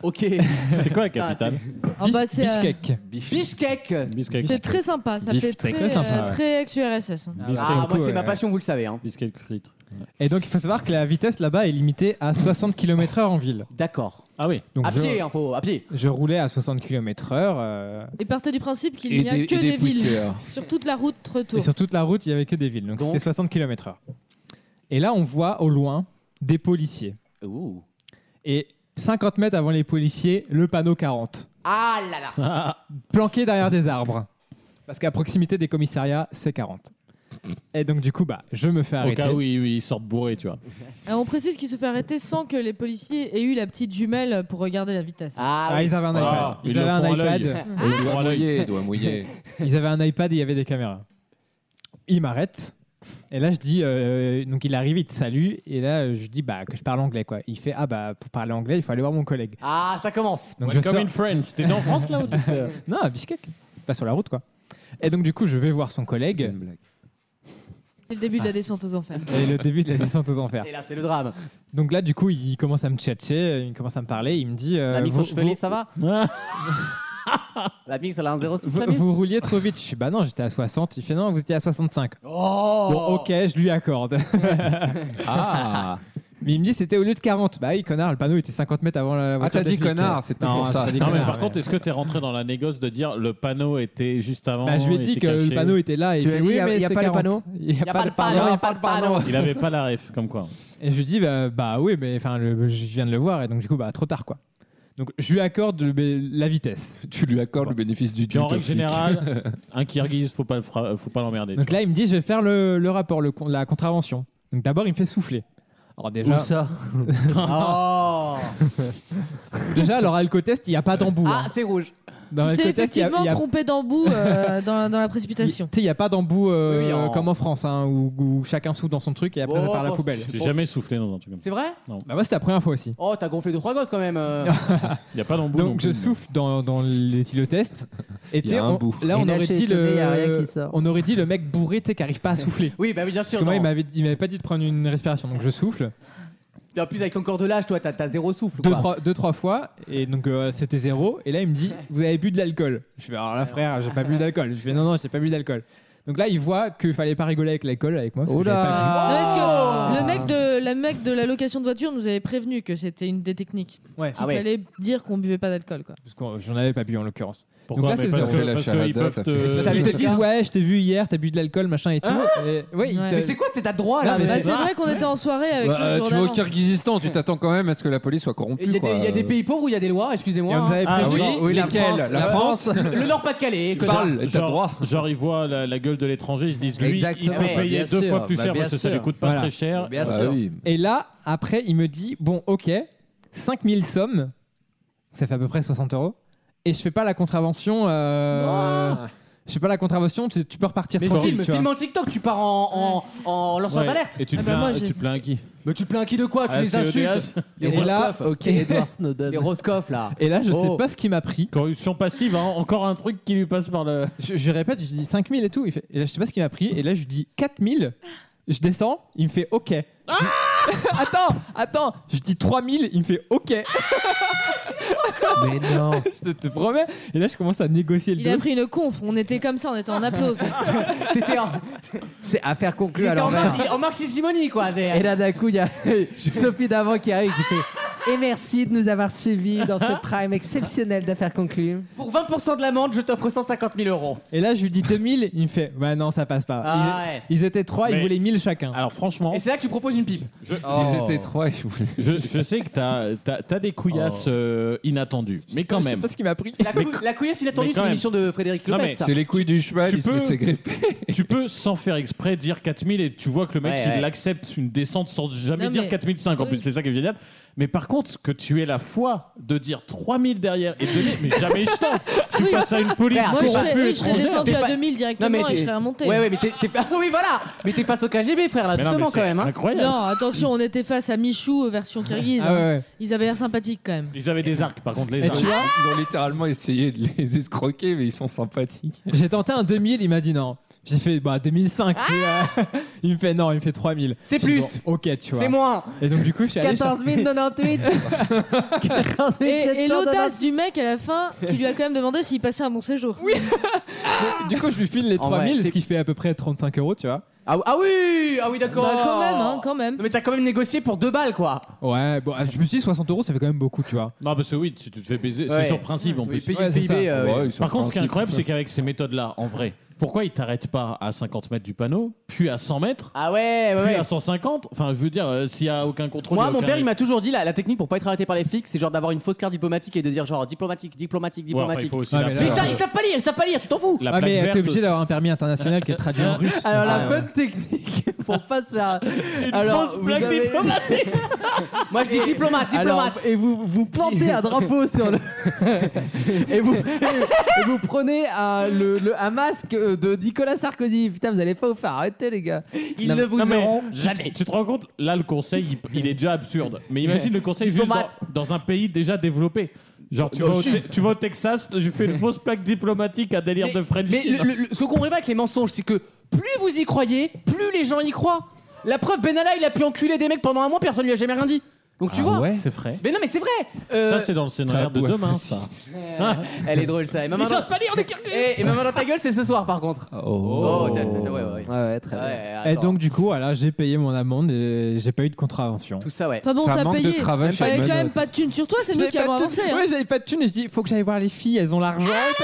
Ok.
euh.
C'est quoi la capitale
Ah bah, c'est, euh,
Bishkek.
Bishkek.
Bishkek.
C'est très sympa, ça
Bif,
fait
très
très,
sympa,
euh,
ouais.
très ex-URSS. hein.
Bishkek,
Ah, moi,
ouais.
c'est ma passion, vous le savez. hein.
Bishkek frites.
Et donc, il faut savoir que la vitesse là-bas est limitée à 60 km/h en ville.
D'accord.
Ah oui.
Donc,
À
je,
pied, hein, faut, à pied.
je roulais à 60 km/h. euh,
Et partez du principe qu'il
Et
n'y a
des-
que
et des
des, villes
poussières.
sur toute la route retour.
et sur toute la route, il n'y avait que des villes. Donc,
Donc-
c'était 60 km/h. Et là, on voit au loin des policiers.
Ouh.
Et 50 mètres avant les policiers, le panneau 40.
Ah là là.
planqué derrière des arbres. Parce qu'à proximité des commissariats, c'est 40. Et donc, du coup, bah, je me fais
Au
arrêter.
cas où ils ils sortent bourrés, tu vois.
Ah,
Alors, Euh, on précise qu'il se fait arrêter sans que les policiers aient eu la petite jumelle pour regarder la vitesse.
Ah,
Ah,
oui.
ils avaient un iPad.
Ah,
ils,
ils le
avaient un
font à
iPad. Ah,
Et ils bourrent à l'œil.
mouillé, doigt mouillé.
ils avaient un iPad et il y avait des caméras. Ils m'arrêtent. Et là, je dis, euh, donc il arrive, il te salue. Et là, je dis bah, que je parle anglais. quoi. Il fait, ah bah, pour parler anglais, il faut aller voir mon collègue.
Ah, ça commence.
Donc, je
Welcome
sors-
in France. T'étais en France là ou t'étais-
Non, à Bishkek. Pas sur la route, quoi. Et donc, du coup, je vais voir son collègue.
C'est le début de la descente aux enfers.
Et le début de la descente aux enfers.
Et là, c'est le drame.
Donc là, du coup, il commence à me tchatcher, il commence à me parler. Il me dit euh,
la mix au
vous-
chevelu,
vous-
ça va La mix, elle a un 0,6
Vous,
la mix
vous rouliez trop vite. Je suis bah non, j'étais à 60. Il fait non, vous étiez à 65.
Oh
Bon, ok, je lui accorde.
Ah,
Mais il me dit c'était au lieu de 40. Bah oui, connard, le panneau était 50 mètres avant la voiture.
t'as
des
dit
flics.
connard, c'est tout
Non,
pour
j'ai
ça.
pas dit
Non, mais
connard,
par contre, est-ce que t'es rentré dans la négoce de dire le panneau était juste avant
Bah, je lui ai dit
était
que le
caché
panneau était là. Et
Tu
il
as
fait,
dit,
oui,
y a-
mais
y a
c'est
pas le
40.
panneau
Il n'y
Y'a pas de panneau, y'a pas de panneau.
Il avait pas la ref, comme quoi.
Et je lui dis bah, bah oui, mais enfin, le- je viens de le voir et donc du coup, bah trop tard quoi. Donc je lui accorde le- la vitesse.
tu lui accordes le bénéfice du
Puis
doute.
en
au
règle
flic.
générale, un Kirghiz, faut pas le fra- faut pas l'emmerder.
Donc là, il me dit je vais faire le, le rapport, le, con- la contravention. Donc d'abord, il me fait souffler. Alors déjà,
Où ça
Oh
déjà l'oralco-test, il n'y a pas d'embout.
Ah,
hein.
c'est rouge.
Dans
Il s'est
l'oralco-test, il y a-
effectivement
il y a
trompé d'embout euh, dans, dans la
Il-
précipitation.
Tu sais, il n'y a pas d'embout euh,
Oui, oui, en-
comme en France, hein, où, où chacun soude dans son truc et après
Oh,
ça part à la
bon.
poubelle.
J'ai jamais soufflé dans un truc comme ça.
C'est vrai
Bah, moi, c'était la première fois aussi.
Oh, t'as gonflé deux trois gosses quand même. euh.
Il y a pas d'embout. non
Donc, je
plus.
souffle dans, dans l'éthylotest. Et tu sais,
un
on-
bout.
là,
Et
on
là,
aurait,
chez
dit
Étonné, y a rien
le,
qui sort.
on aurait dit le mec bourré tu sais, qui arrive pas à souffler.
Oui, bah oui, bien sûr.
Parce que moi, il
non.
m'avait il m'avait pas dit de prendre une respiration, donc je souffle
Et En plus, avec ton corps de l'âge, toi, t'as t'as zéro souffle.
deux
quoi.
trois, deux, trois fois, et donc euh, c'était zéro. Et là, il me dit Vous avez bu de l'alcool Je fais Alors là, frère, j'ai pas bu d'alcool. Je fais Non, non, j'ai pas bu d'alcool. Donc là, il voit qu'il fallait pas rigoler avec l'alcool avec moi. Parce que j'avais pas bu.
Non, est-ce
Ah.
que le mec de la mec de la location de voiture nous avait prévenu que c'était une des techniques.
Ouais,
Qu'il
Ah ouais.
fallait dire qu'on buvait pas d'alcool quoi.
parce que j'en avais pas bu en l'occurrence.
Pourquoi
là,
Mais
c'est
parce
zéro.
que-
T'as fait la
parce
charada,
qu'ils peuvent
t'as
te.
fait-
Ça
Ils te
fait
disent
peur.
ouais, je t'ai vu hier, t'as bu de l'alcool, machin et tout. et, ouais, ils
Ouais.
te-
Mais Ah. c'est quoi cet adroit
Non,
là
mais
Bah,
mais
c'est vrai qu'on était en soirée avec
Bah,
le
euh,
jour
tu vas au
d'avant.
Kyrgyzstan, tu t'attends quand même à ce que la soit soit corrompue.
Il y, a des-
quoi.
il y a des pays pauvres où il y a des lois, excusez-moi.
Et on
hein.
nous avait
Ah
Ah
prévenu-
oui,
Genre-
oui,
la
laquelle
France,
La
la
France
Le Nord-Pas-de-Calais, que
Tu parles,
ça-
t'as
Genre,
le droit.
genre, ils voient la, la gueule de l'étranger, ils se disent lui,
Exactement.
il peut
Bah,
payer
bien
deux
sûr.
fois plus
Bah,
cher
bien
parce que ça
sûr.
lui coûte pas
Voilà.
très cher.
Bien
Bah
sûr.
oui.
Et là, après, il me dit bon, ok, 5000 sommes, ça fait à peu près 60 euros, et je fais pas la contravention. euh, Je fais pas la contravention, tu, tu peux repartir
Mais
tranquille.
filme,
tu vois.
filme en TikTok, tu pars en, en, en lanceur
Ouais.
d'alerte.
Et tu te
Ah bah,
plains,
moi, j'ai-
tu te plains à qui
Mais tu te plains qui de quoi Tu
Ah,
les
c'est ODH.
insultes Les
Et là,
Roscoff.
Ok, Edward Snowden.
Les Roscoff là.
Et là, je
Oh.
sais pas ce qui m'a pris.
Corruption passive, hein, encore un truc qui lui passe par le.
Je, je répète, je dis 5000 et tout. Il fait, et là, je sais pas ce qui m'a pris. Et là, je lui dis 4000. Je descends, il me fait OK. Je dis- attends, attends. Je dis 3000, il me fait OK.
Mais non.
je te promets. Et là, je commence à négocier le
Il a
dos.
pris une conf, on était comme ça, on était en applause.
T'étais en,
C'est affaire conclue
t'étais
à
en,
l'envers.
Marx- en Marxie Simoni quoi. c'est-
Et là, d'un coup, il y a Sophie d'avant qui arrive qui fait
Et merci de nous avoir suivis dans ce prime exceptionnel d'affaires conclues.
Pour 20% de l'amende, je t'offre 150 000 euros.
Et là, je lui dis 2000, il me fait Bah non, ça passe pas.
Ah
ils,
ouais.
ils étaient trois, ils
Mais-
voulaient 1000 chacun.
Alors franchement,
Et c'est là que tu proposes une pipe.
Si
Oh.
j'étais trois, je voulais.
je, je sais que t'as as, des couillasses euh, inattendues, mais quand
Je sais
même.
pas ce qu'il m'a pris.
La, cou- la couillasse inattendue,
mais quand
c'est
même.
l'émission de Frédéric
Non,
Lopez.
mais
ça.
C'est les couilles du cheval,
tu
il se
peux-
laissait gripper.
Tu peux, sans faire exprès, dire 4000 et tu vois que le mec,
Ouais,
il
ouais.
accepte une descente sans jamais
Non,
dire
mais-
4005. En
Oui.
plus, c'est ça qui est génial. Mais par contre, que tu aies la foi de dire 3000 derrière et de dire, mais jamais je tente. Je suis
Oui.
face à une police
Frère,
Moi, je
corrompue
serais, oui, je serais
étrangère.
descendu
T'es
à
pas-
2000
Non,
directement et
t'es-
je serais remonté.
Ouais, ouais, mais t'es, t'es- ah oui, voilà. Mais t'es face au KGB, frère, là,
Mais non, mais
doucement
c'est
quand même. hein.
Incroyable.
Non, attention, on était face à Michou euh, version kirghize.
Ah
hein.
ouais, ouais.
Ils avaient l'air sympathiques quand même.
Ils avaient des arcs, par contre, les
Et
arcs.
tu vois,
Ils ont littéralement essayé de les escroquer, mais ils sont sympathiques.
j'ai tenté un 2000, il m'a dit non. J'ai fait Bah 2005. puis, euh,
Ah
il me fait Non, il me fait 3000.
C'est
J'ai dit,
plus.
Bon, ok, tu vois.
C'est moins.
Et donc, du coup, je suis allé.
14 098 14
Et, et
798.
l'audace du mec à la fin qui lui a quand même demandé s'il passait un bon séjour. Oui,
chercher- Du coup, je lui file les
En vrai,
3000,
c'est-
ce qui fait à peu près 35 euros, tu vois.
Ah, ah oui, ah oui, d'accord.
quand même, hein, quand même.
Non, mais t'as quand même négocié pour deux balles, quoi.
Ouais, bon, ah, je me suis dit 60 euros, ça fait quand même beaucoup, tu vois.
Non, parce que oui, tu tu te fais baiser.
Ouais.
C'est sur principe, en
Oui,
plus.
payer
Ouais,
le
c'est
PIB.
ça.
euh,
Ouais, ils sont
Par contre, ce qui est
principes.
incroyable, c'est qu'avec ces méthodes-là, en vrai, pourquoi ils t'arrêtent pas à 50 mètres du panneau, puis à 100 mètres,
Ah ouais, ouais,
puis
ouais.
à 150 Enfin, je veux dire, euh, s'il y a aucun contrôle.
Moi,
y a
mon
aucun-
père, il m'a toujours dit la, la technique pour pas être arrêté par les flics, c'est genre d'avoir une fausse carte diplomatique et de dire genre diplomatique, diplomatique,
Ouais, enfin, il
diplomatique.
faut aussi
Ouais,
la-
Ah, mais là-
mais ça, ils savent pas lire, ils savent pas lire, tu t'en fous.
la
ah,
plaque
mais euh,
verte
t'es obligé
aussi.
d'avoir un permis international qui est traduit en russe.
Alors la
Ah, ouais.
bonne technique pour pas se faire. Alors,
fausse
vous
plaque
avez-
Moi, je dis diplomate,
Alors,
diplomate.
et vous, vous plantez un drapeau sur le. et, vous, et vous prenez un, le, le- un masque euh, de Nicolas Sarkozy. Putain, vous allez pas vous faire arrêter, les gars.
Ils
Non,
ne
mais-
vous
Non, mais
auront.
jamais. Tu te rends compte Là, le conseil, il, il est déjà absurde. Mais imagine le conseil juste dans,
Diplomate.
dans un pays déjà développé. Genre, tu,
Bah,
vas au,
aussi.
Te- tu vas au Texas, je fais une fausse plaque diplomatique à délire
Mais-
de French.
Mais le- le- le- ce que vous comprenez pas avec les mensonges, c'est que plus vous y croyez, plus les gens y croient. La preuve, Benalla, il a pu enculer des mecs pendant un mois, personne lui a jamais rien dit. Donc
Ah
tu vois.
C'est vrai.
Mais non, mais Ah c'est vrai. Euh,
Ça, c'est dans le scénario de
tabou à
demain,
faire.
ça.
Elle est drôle ça. Et maman dans... pas lire et, et maman dans ta gueule, c'est ce soir par contre. Oh, t'as- t'as- ouais, ouais. Eh, ouais.
Ouais, ouais, très
Ouais,
bien.
attends.
Et donc, du coup, voilà, j'ai payé mon amende et j'ai pas eu de contravention.
tout ça, ouais.
Enfin bon,
Ça
t'as
manque de
payé.
travail chez
T'avais quand
Menottes.
même pas de thunes sur toi, c'est nous
J'avais
qui
pas,
avons
de
avancé.
thune.
hein.
Ouais, j'avais pas de thune et je dis faut que j'aille voir les filles, elles ont l'argent. et tout.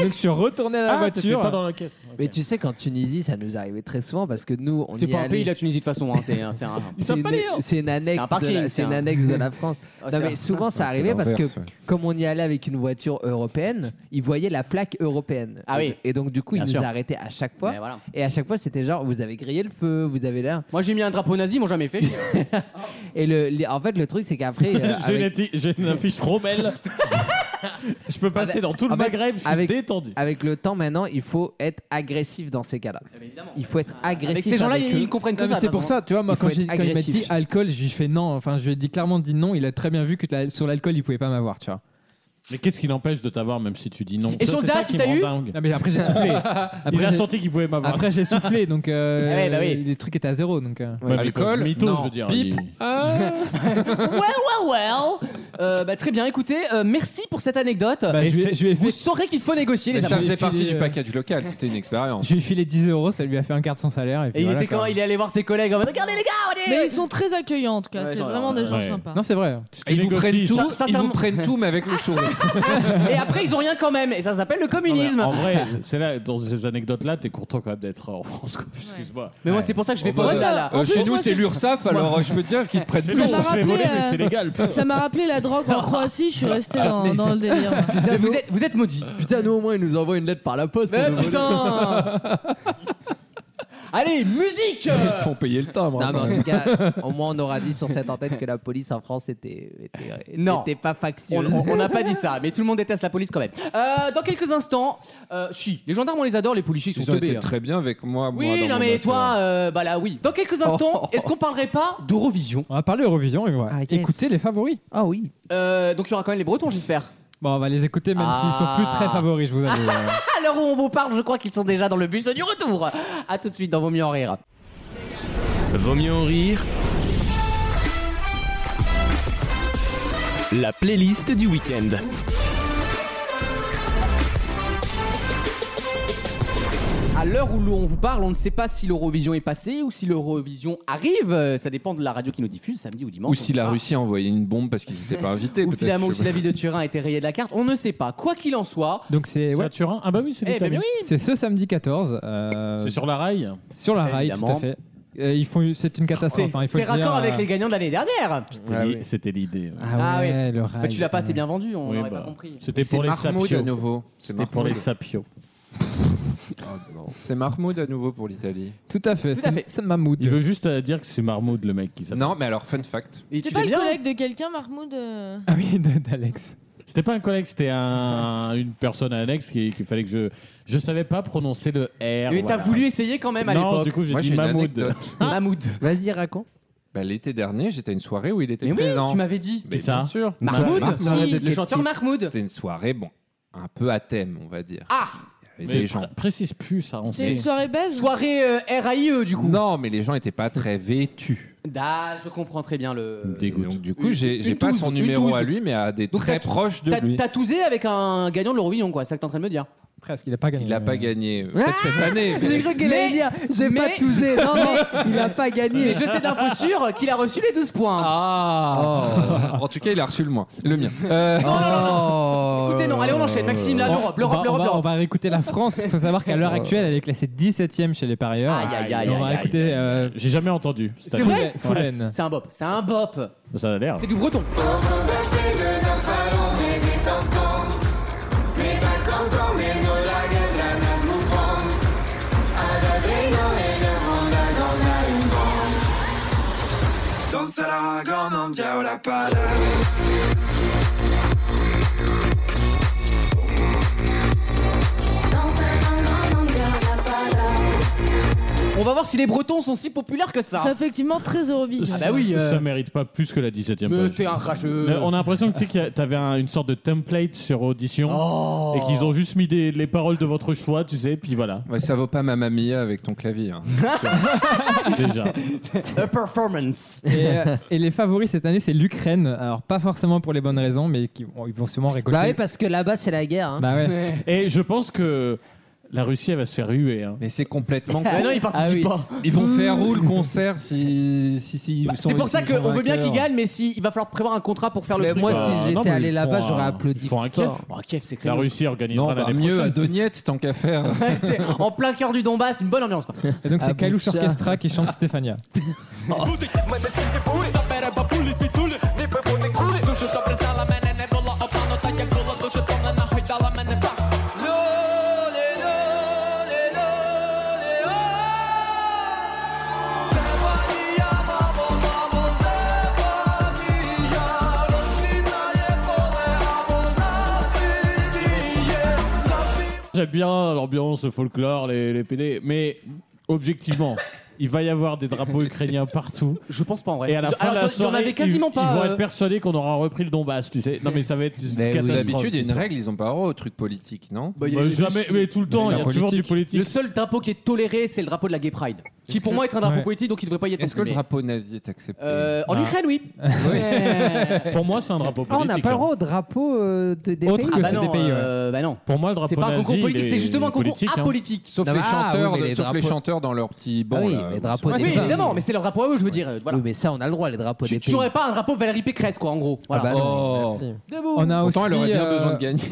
Et donc je suis retourné à la
Ah, t'étais
voiture.
pas dans la caisse.
Mais tu sais qu'en Tunisie, ça nous arrivait très souvent parce que nous, on
C'est
y
pas un
allait-
pays, la Tunisie de toute façon. Hein. C'est un. c'est un-
C'est une, c'est une annexe,
C'est un parking,
de la,
c'est
c'est une
un-
annexe de la France.
Ah, c'est
non, mais
un-
souvent ça
Ah, c'est
arrivait parce que
l'inverse, ouais.
comme on y allait avec une voiture européenne, ils voyaient la plaque européenne.
Ah oui.
Et donc du coup, ils
Bien
nous
sûr.
arrêtaient à chaque fois.
Ouais, voilà.
Et à chaque fois, c'était genre vous avez grillé le feu, vous avez l'air.
Moi j'ai mis un drapeau nazi, ils m'ont jamais fait.
Et le, les- en fait, le truc c'est qu'après, euh,
J'ai une
avec,
atti- J'ai une affiche rebelle. je peux passer
Avec-
dans tout le
avec-
Maghreb, je suis
avec-
détendu.
avec le temps maintenant, il faut être agressif dans ces cas-là. Il faut être agressif.
Avec ces gens-là,
avec
ils,
eux.
ils comprennent que
Non, mais
ça.
c'est pour ça, tu vois, moi
Il faut
quand, j'ai-
être
quand il m'a
agressif.
dit alcool, je lui fais non, enfin je lui ai dit clairement dit non, il a très bien vu que la- sur l'alcool il pouvait pas m'avoir, tu vois.
Mais qu'est-ce qui l'empêche de t'avoir, même si tu dis non
Et
Ça,
son
c'est
DAS,
ça qui
il t'a
me rend
eu
dingue.
Non mais après j'ai soufflé.
Il
Après, hein.
a
j'ai-
senti qu'il pouvait m'avoir.
après, j'ai soufflé donc euh,
Ah ouais, bah oui.
les trucs étaient à zéro donc. euh,
Ouais, mais
Alcool,
mytho,
non.
je veux dire.
Pipe.
il-
Well, well, Ah, well. Euh, bah, très bien, écoutez, euh, merci pour cette anecdote.
bah,
Et
je, lui, ai-
c'est-
je lui ai
Vous
fait,
saurez qu'il faut négocier
Mais
les
ça
amis.
j'ai
faisait
filé,
partie du
euh,
package local, c'était une expérience.
je lui ai filé 10 euros, ça lui a fait un quart de son salaire et puis
Et il
voilà,
était
quoi.
comment Il est allé voir ses collègues en mode Regardez les gars, on est-
Mais ils sont très accueillants en tout cas,
Ouais,
c'est
genre,
vraiment des gens
ouais.
sympas.
Non c'est vrai.
Ils vous
Négocie,
prennent tout,
ça- ça,
ils
ça
vous
me-
prennent tout, mais avec le sourire.
Et après, ils ont rien quand même. Et ça s'appelle le
Non, mais
communisme.
en vrai, c'est là, dans ces anecdotes-là, t'es content quand même d'être en France, quoi. Excuse-moi.
Mais moi, c'est pour ça que je fais
bah,
pas
ouais.
ça là.
Euh,
En
chez
plus,
nous,
moi,
c'est
c'est-
l'URSAF, alors euh, je peux te dire qu'ils te prennent
Mais
tout.
Ça
bon,
m'a
on se fait
rappelé,
voler, mais
euh,
c'est légal.
Ça m'a rappelé la drogue en Croatie, je suis resté dans, dans le délire.
Mais Vous êtes, vous êtes maudits.
Putain, nous au moins, ils nous envoient une lettre par la poste.
Mais
pour nous voler.
putain Allez, musique
Ils font payer le
Ah,
timbre.
Non,
hein,
mais
quand
en
même.
tout cas, au moins on aura dit sur cette antenne que la police en France était, était,
Non.
était pas
On
factieuse.
on- on n'a pas dit ça, mais tout le monde déteste la police quand même. Euh, dans quelques instants, euh, chi, les gendarmes on les adore, les policiers ils
Ils
sont
ont
teubés.
été
hein.
très bien avec moi. moi,
Oui, non
dans mon
mais
affaire.
toi, euh, bah là oui. Dans quelques
Oh.
instants, est-ce qu'on parlerait pas d'Eurovision
On va parler Eurovision et voilà.
Ah, yes.
Écoutez les favoris.
Ah oui.
Euh, Donc il y aura quand même les Bretons, j'espère.
Bon on va les écouter même s'ils sont plus très
Ah.
favoris, je vous avoue. euh.
À l'heure où on vous parle, je crois qu'ils sont déjà dans le bus du retour. À tout de suite dans Vos mieux en rire.
Vaut mieux en rire. La playlist du week-end.
À l'heure où l'on vous parle, on ne sait pas si l'Eurovision est passée ou si l'Eurovision arrive. Euh, Ça dépend de la radio qui nous diffuse, samedi ou dimanche.
Ou
on
si
ne sait
la
pas.
Russie a envoyé une bombe parce qu'ils n'étaient pas invités.
Ah, Ou
peut-être,
finalement,
je
si
sais
la ville de Turin a été rayée de la carte, on ne sait pas. Quoi qu'il en soit,
Donc c'est
C'est
ouais,
à Turin Ah bah oui, c'est
eh ben
l'Italie.
oui,
c'est ce samedi 14. euh,
C'est sur la rail.
ah
Sur la rail, tout
Évidemment.
à fait. Euh, ils font, c'est une catastrophe.
c'est
hein, il faut
c'est
le dire,
raccord avec
euh,
les gagnants de l'année dernière.
Ah
C'était l'i- C'était l'idée. ouais.
Ah,
Ah oui.
ouais, le euh, rail.
Bah, tu l'as pas assez
ouais.
bien vendu, on
Oui,
n'aurait
bah,
pas compris.
C'était
C'est
pour les
Mahmoud à
sapios.
nouveau. C'est
C'était pour les
Mahmoud.
sapios. Ah,
Non, C'est Mahmoud à nouveau pour l'italie.
Tout à fait.
Tout à
c'est-
fait.
C'est Mahmoud.
Il veut juste euh, dire que c'est Marmaud le mec qui s'appelle.
Non, mais alors, fun fact.
Et
C'était
tu
pas
l'es
le
bien.
collègue de quelqu'un, Mahmoud euh,
Ah oui, de- d'Alex.
C'était pas un collègue, c'était un, une personne annexe qui- qu'il fallait que je. Je savais pas prononcer le R.
Mais t'as
Ah, voilà.
voulu essayer quand même à
Non,
l'époque. Ah,
du coup, j'ai
Moi,
dit
j'ai une
Mahmoud.
anecdote.
Mahmoud.
Vas-y, raconte.
Bah, L'été dernier, j'étais à une soirée où il était
Mais oui,
présent.
tu m'avais dit.
Mais
C'est ça
bien sûr.
Mahmoud,
Mahmoud.
Si, le chanteur Mahmoud.
C'était une soirée, bon, un peu à thème, on va dire.
Ah
Il y avait
Mais
des gens.
pr- précise plus ça, on
C'était
sait.
une soirée baise
Soirée euh, RAIE du coup.
Non, mais les gens n'étaient pas très vêtus.
Ah, je comprends très bien le.
Dégoût. Écoute.
Et donc, du coup, j'ai
Une-
j'ai
une
pas
douze,
son
une
numéro
douze.
à lui, mais à des
Donc,
très
t'as-
proches de
T'as
lui.
t'as tousé avec un gagnant de l'Eurovision, quoi, c'est ça que t'es en train de me dire.
Presque, il a pas gagné.
Il n'a pas
euh,
gagné. Peut-être cette année. mais-
J'ai cru qu'elle allait
Mais-
dire j'ai
mais-
pas tousé. Non, non, il a pas gagné.
Mais je sais d'infos sûres qu'il a reçu les 12 points.
Ah.
Oh.
en tout cas, il a reçu le mien. Le mien. Euh,
Écoutez, non, allez, on enchaîne. Maxime, là,
on-
l'Europe,
on
l'Europe,
va-
l'Europe,
on va- On
l'Europe.
va réécouter la France. Il faut savoir qu'à l'heure actuelle, elle est classée 17ème chez les parieurs.
Aïe, aïe, aïe,
Et on va
aïe, aïe.
écouter euh,
J'ai jamais entendu. C'est
vrai
Foulen- Foulen.
C'est un bop, c'est un bop.
Ça a l'air.
C'est du breton. On va voir si les bretons sont si populaires que ça.
C'est effectivement très Eurovision.
Ah bah oui. euh,
Ça mérite pas plus que la 17ème
mais
page.
t'es un rageux.
Mais On a l'impression que tu sais qu'il y a- t'avais un- une sorte de template sur audition et qu'ils ont juste mis des- les paroles de votre choix, tu sais, puis voilà,
ouais, ça vaut pas ma mamie avec ton clavier. hein.
déjà.
A performance.
Ah
Eh
Et, euh, et les favoris cette année, c'est l'Ukraine. Alors, pas forcément pour les bonnes raisons, mais qui- bon, ils vont sûrement récolter.
Bah oui, parce que là-bas, c'est la guerre. hein.
Bah ouais.
Et je pense que la Russie, elle va se faire huer. hein.
Mais c'est complètement. con.
Mais ben non, il participe
Ah
pas.
Ils vont faire où le concert si si si. ils sont-
C'est pour ça
ils sont
qu'on veut bien
vainqueurs.
qu'il gagne, mais si, il va falloir prévoir un contrat pour faire le
Mais
truc. Euh,
moi,
Bah, non,
si
mais
j'étais allé
ils
là-bas,
font
j'aurais
un-
applaudi.
ils font un
fort.
Oh, Kiev, c'est
La
créneau.
Russie
Non,
organisera
bah,
l'année
mieux à
prochaine.
Donetsk tant qu'à faire.
C'est en plein cœur du Donbass, une bonne ambiance. Quoi.
Et donc,
Ah,
c'est
bon
Kalouche
chat.
Orchestra qui chante Stéphania.
J'aime bien l'ambiance, le folklore, les, les PD, mais objectivement, il va y avoir des drapeaux ukrainiens partout.
Je pense pas en vrai.
Et à la fin
Alors,
de
t'en-
la
t'en
soirée,
avais quasiment
ils,
pas.
ils vont
euh,
être persuadés qu'on aura repris le Donbass, tu sais. Non, mais ça va être une
Mais oui.
catastrophe.
D'habitude, il y a une
cette
règle, ils ont pas droit au truc politique, non
bah, il y a-
histoire. Bah,
il y a-
jamais, mais tout le temps,
C'est
il y a
la
toujours du
politique.
politique.
Le seul drapeau qui est toléré, c'est le drapeau de la Gay Pride. Qui pour moi est un drapeau
Ouais.
politique, donc il devrait pas y être.
Est-ce que
non plus,
le
mais-
drapeau nazi est accepté
Euh, en
Ah.
Ukraine, oui.
Pour moi, c'est un drapeau
Ah,
politique.
on n'a pas le
hein.
droit au drapeau euh, de, des
Autre
pays.
que
bah,
c'est des
non,
pays, ouais.
euh, bah non.
Pour moi, le drapeau
C'est pas un
nazi,
concours politique,
il est-
c'est justement un
il est
concours
politique, hein.
apolitique.
Sauf,
Non,
les
mais- ah,
chanteurs,
oui, mais
de-
les
sauf les
drapeaux-
chanteurs dans leur petit banc.
Ah oui,
là,
les
où
drapeaux
ils sont-
des
Oui,
ça.
évidemment, mais c'est leur drapeau à eux, je veux dire. euh, Voilà.
Oui, mais ça, on a le droit, les drapeaux
Tu
des
tu
pays.
aurais pas un drapeau Valérie Pécresse, quoi, en gros.
Ah
Voilà.
bah non,
Oh.
merci.
On a aussi.
Pourtant, elle aurait bien
euh,
besoin de gagner.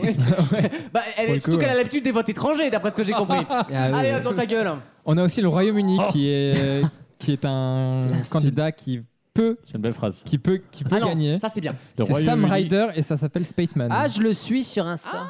Bah, elle,
Pour le
surtout
coup,
qu'elle a
ouais.
l'habitude des votes étrangers, d'après ce que j'ai compris.
Ah oui,
Allez,
oui.
hop, dans ta gueule.
On a aussi le Royaume-Uni
Oh.
qui est qui est un
La Suède.
candidat qui peut
C'est une belle phrase.
qui peut qui peut
Ah non,
gagner.
ça c'est bien.
Le
C'est Sam
Royaume-Uni-
Ryder et ça s'appelle Spaceman.
Ah, je le suis sur Insta.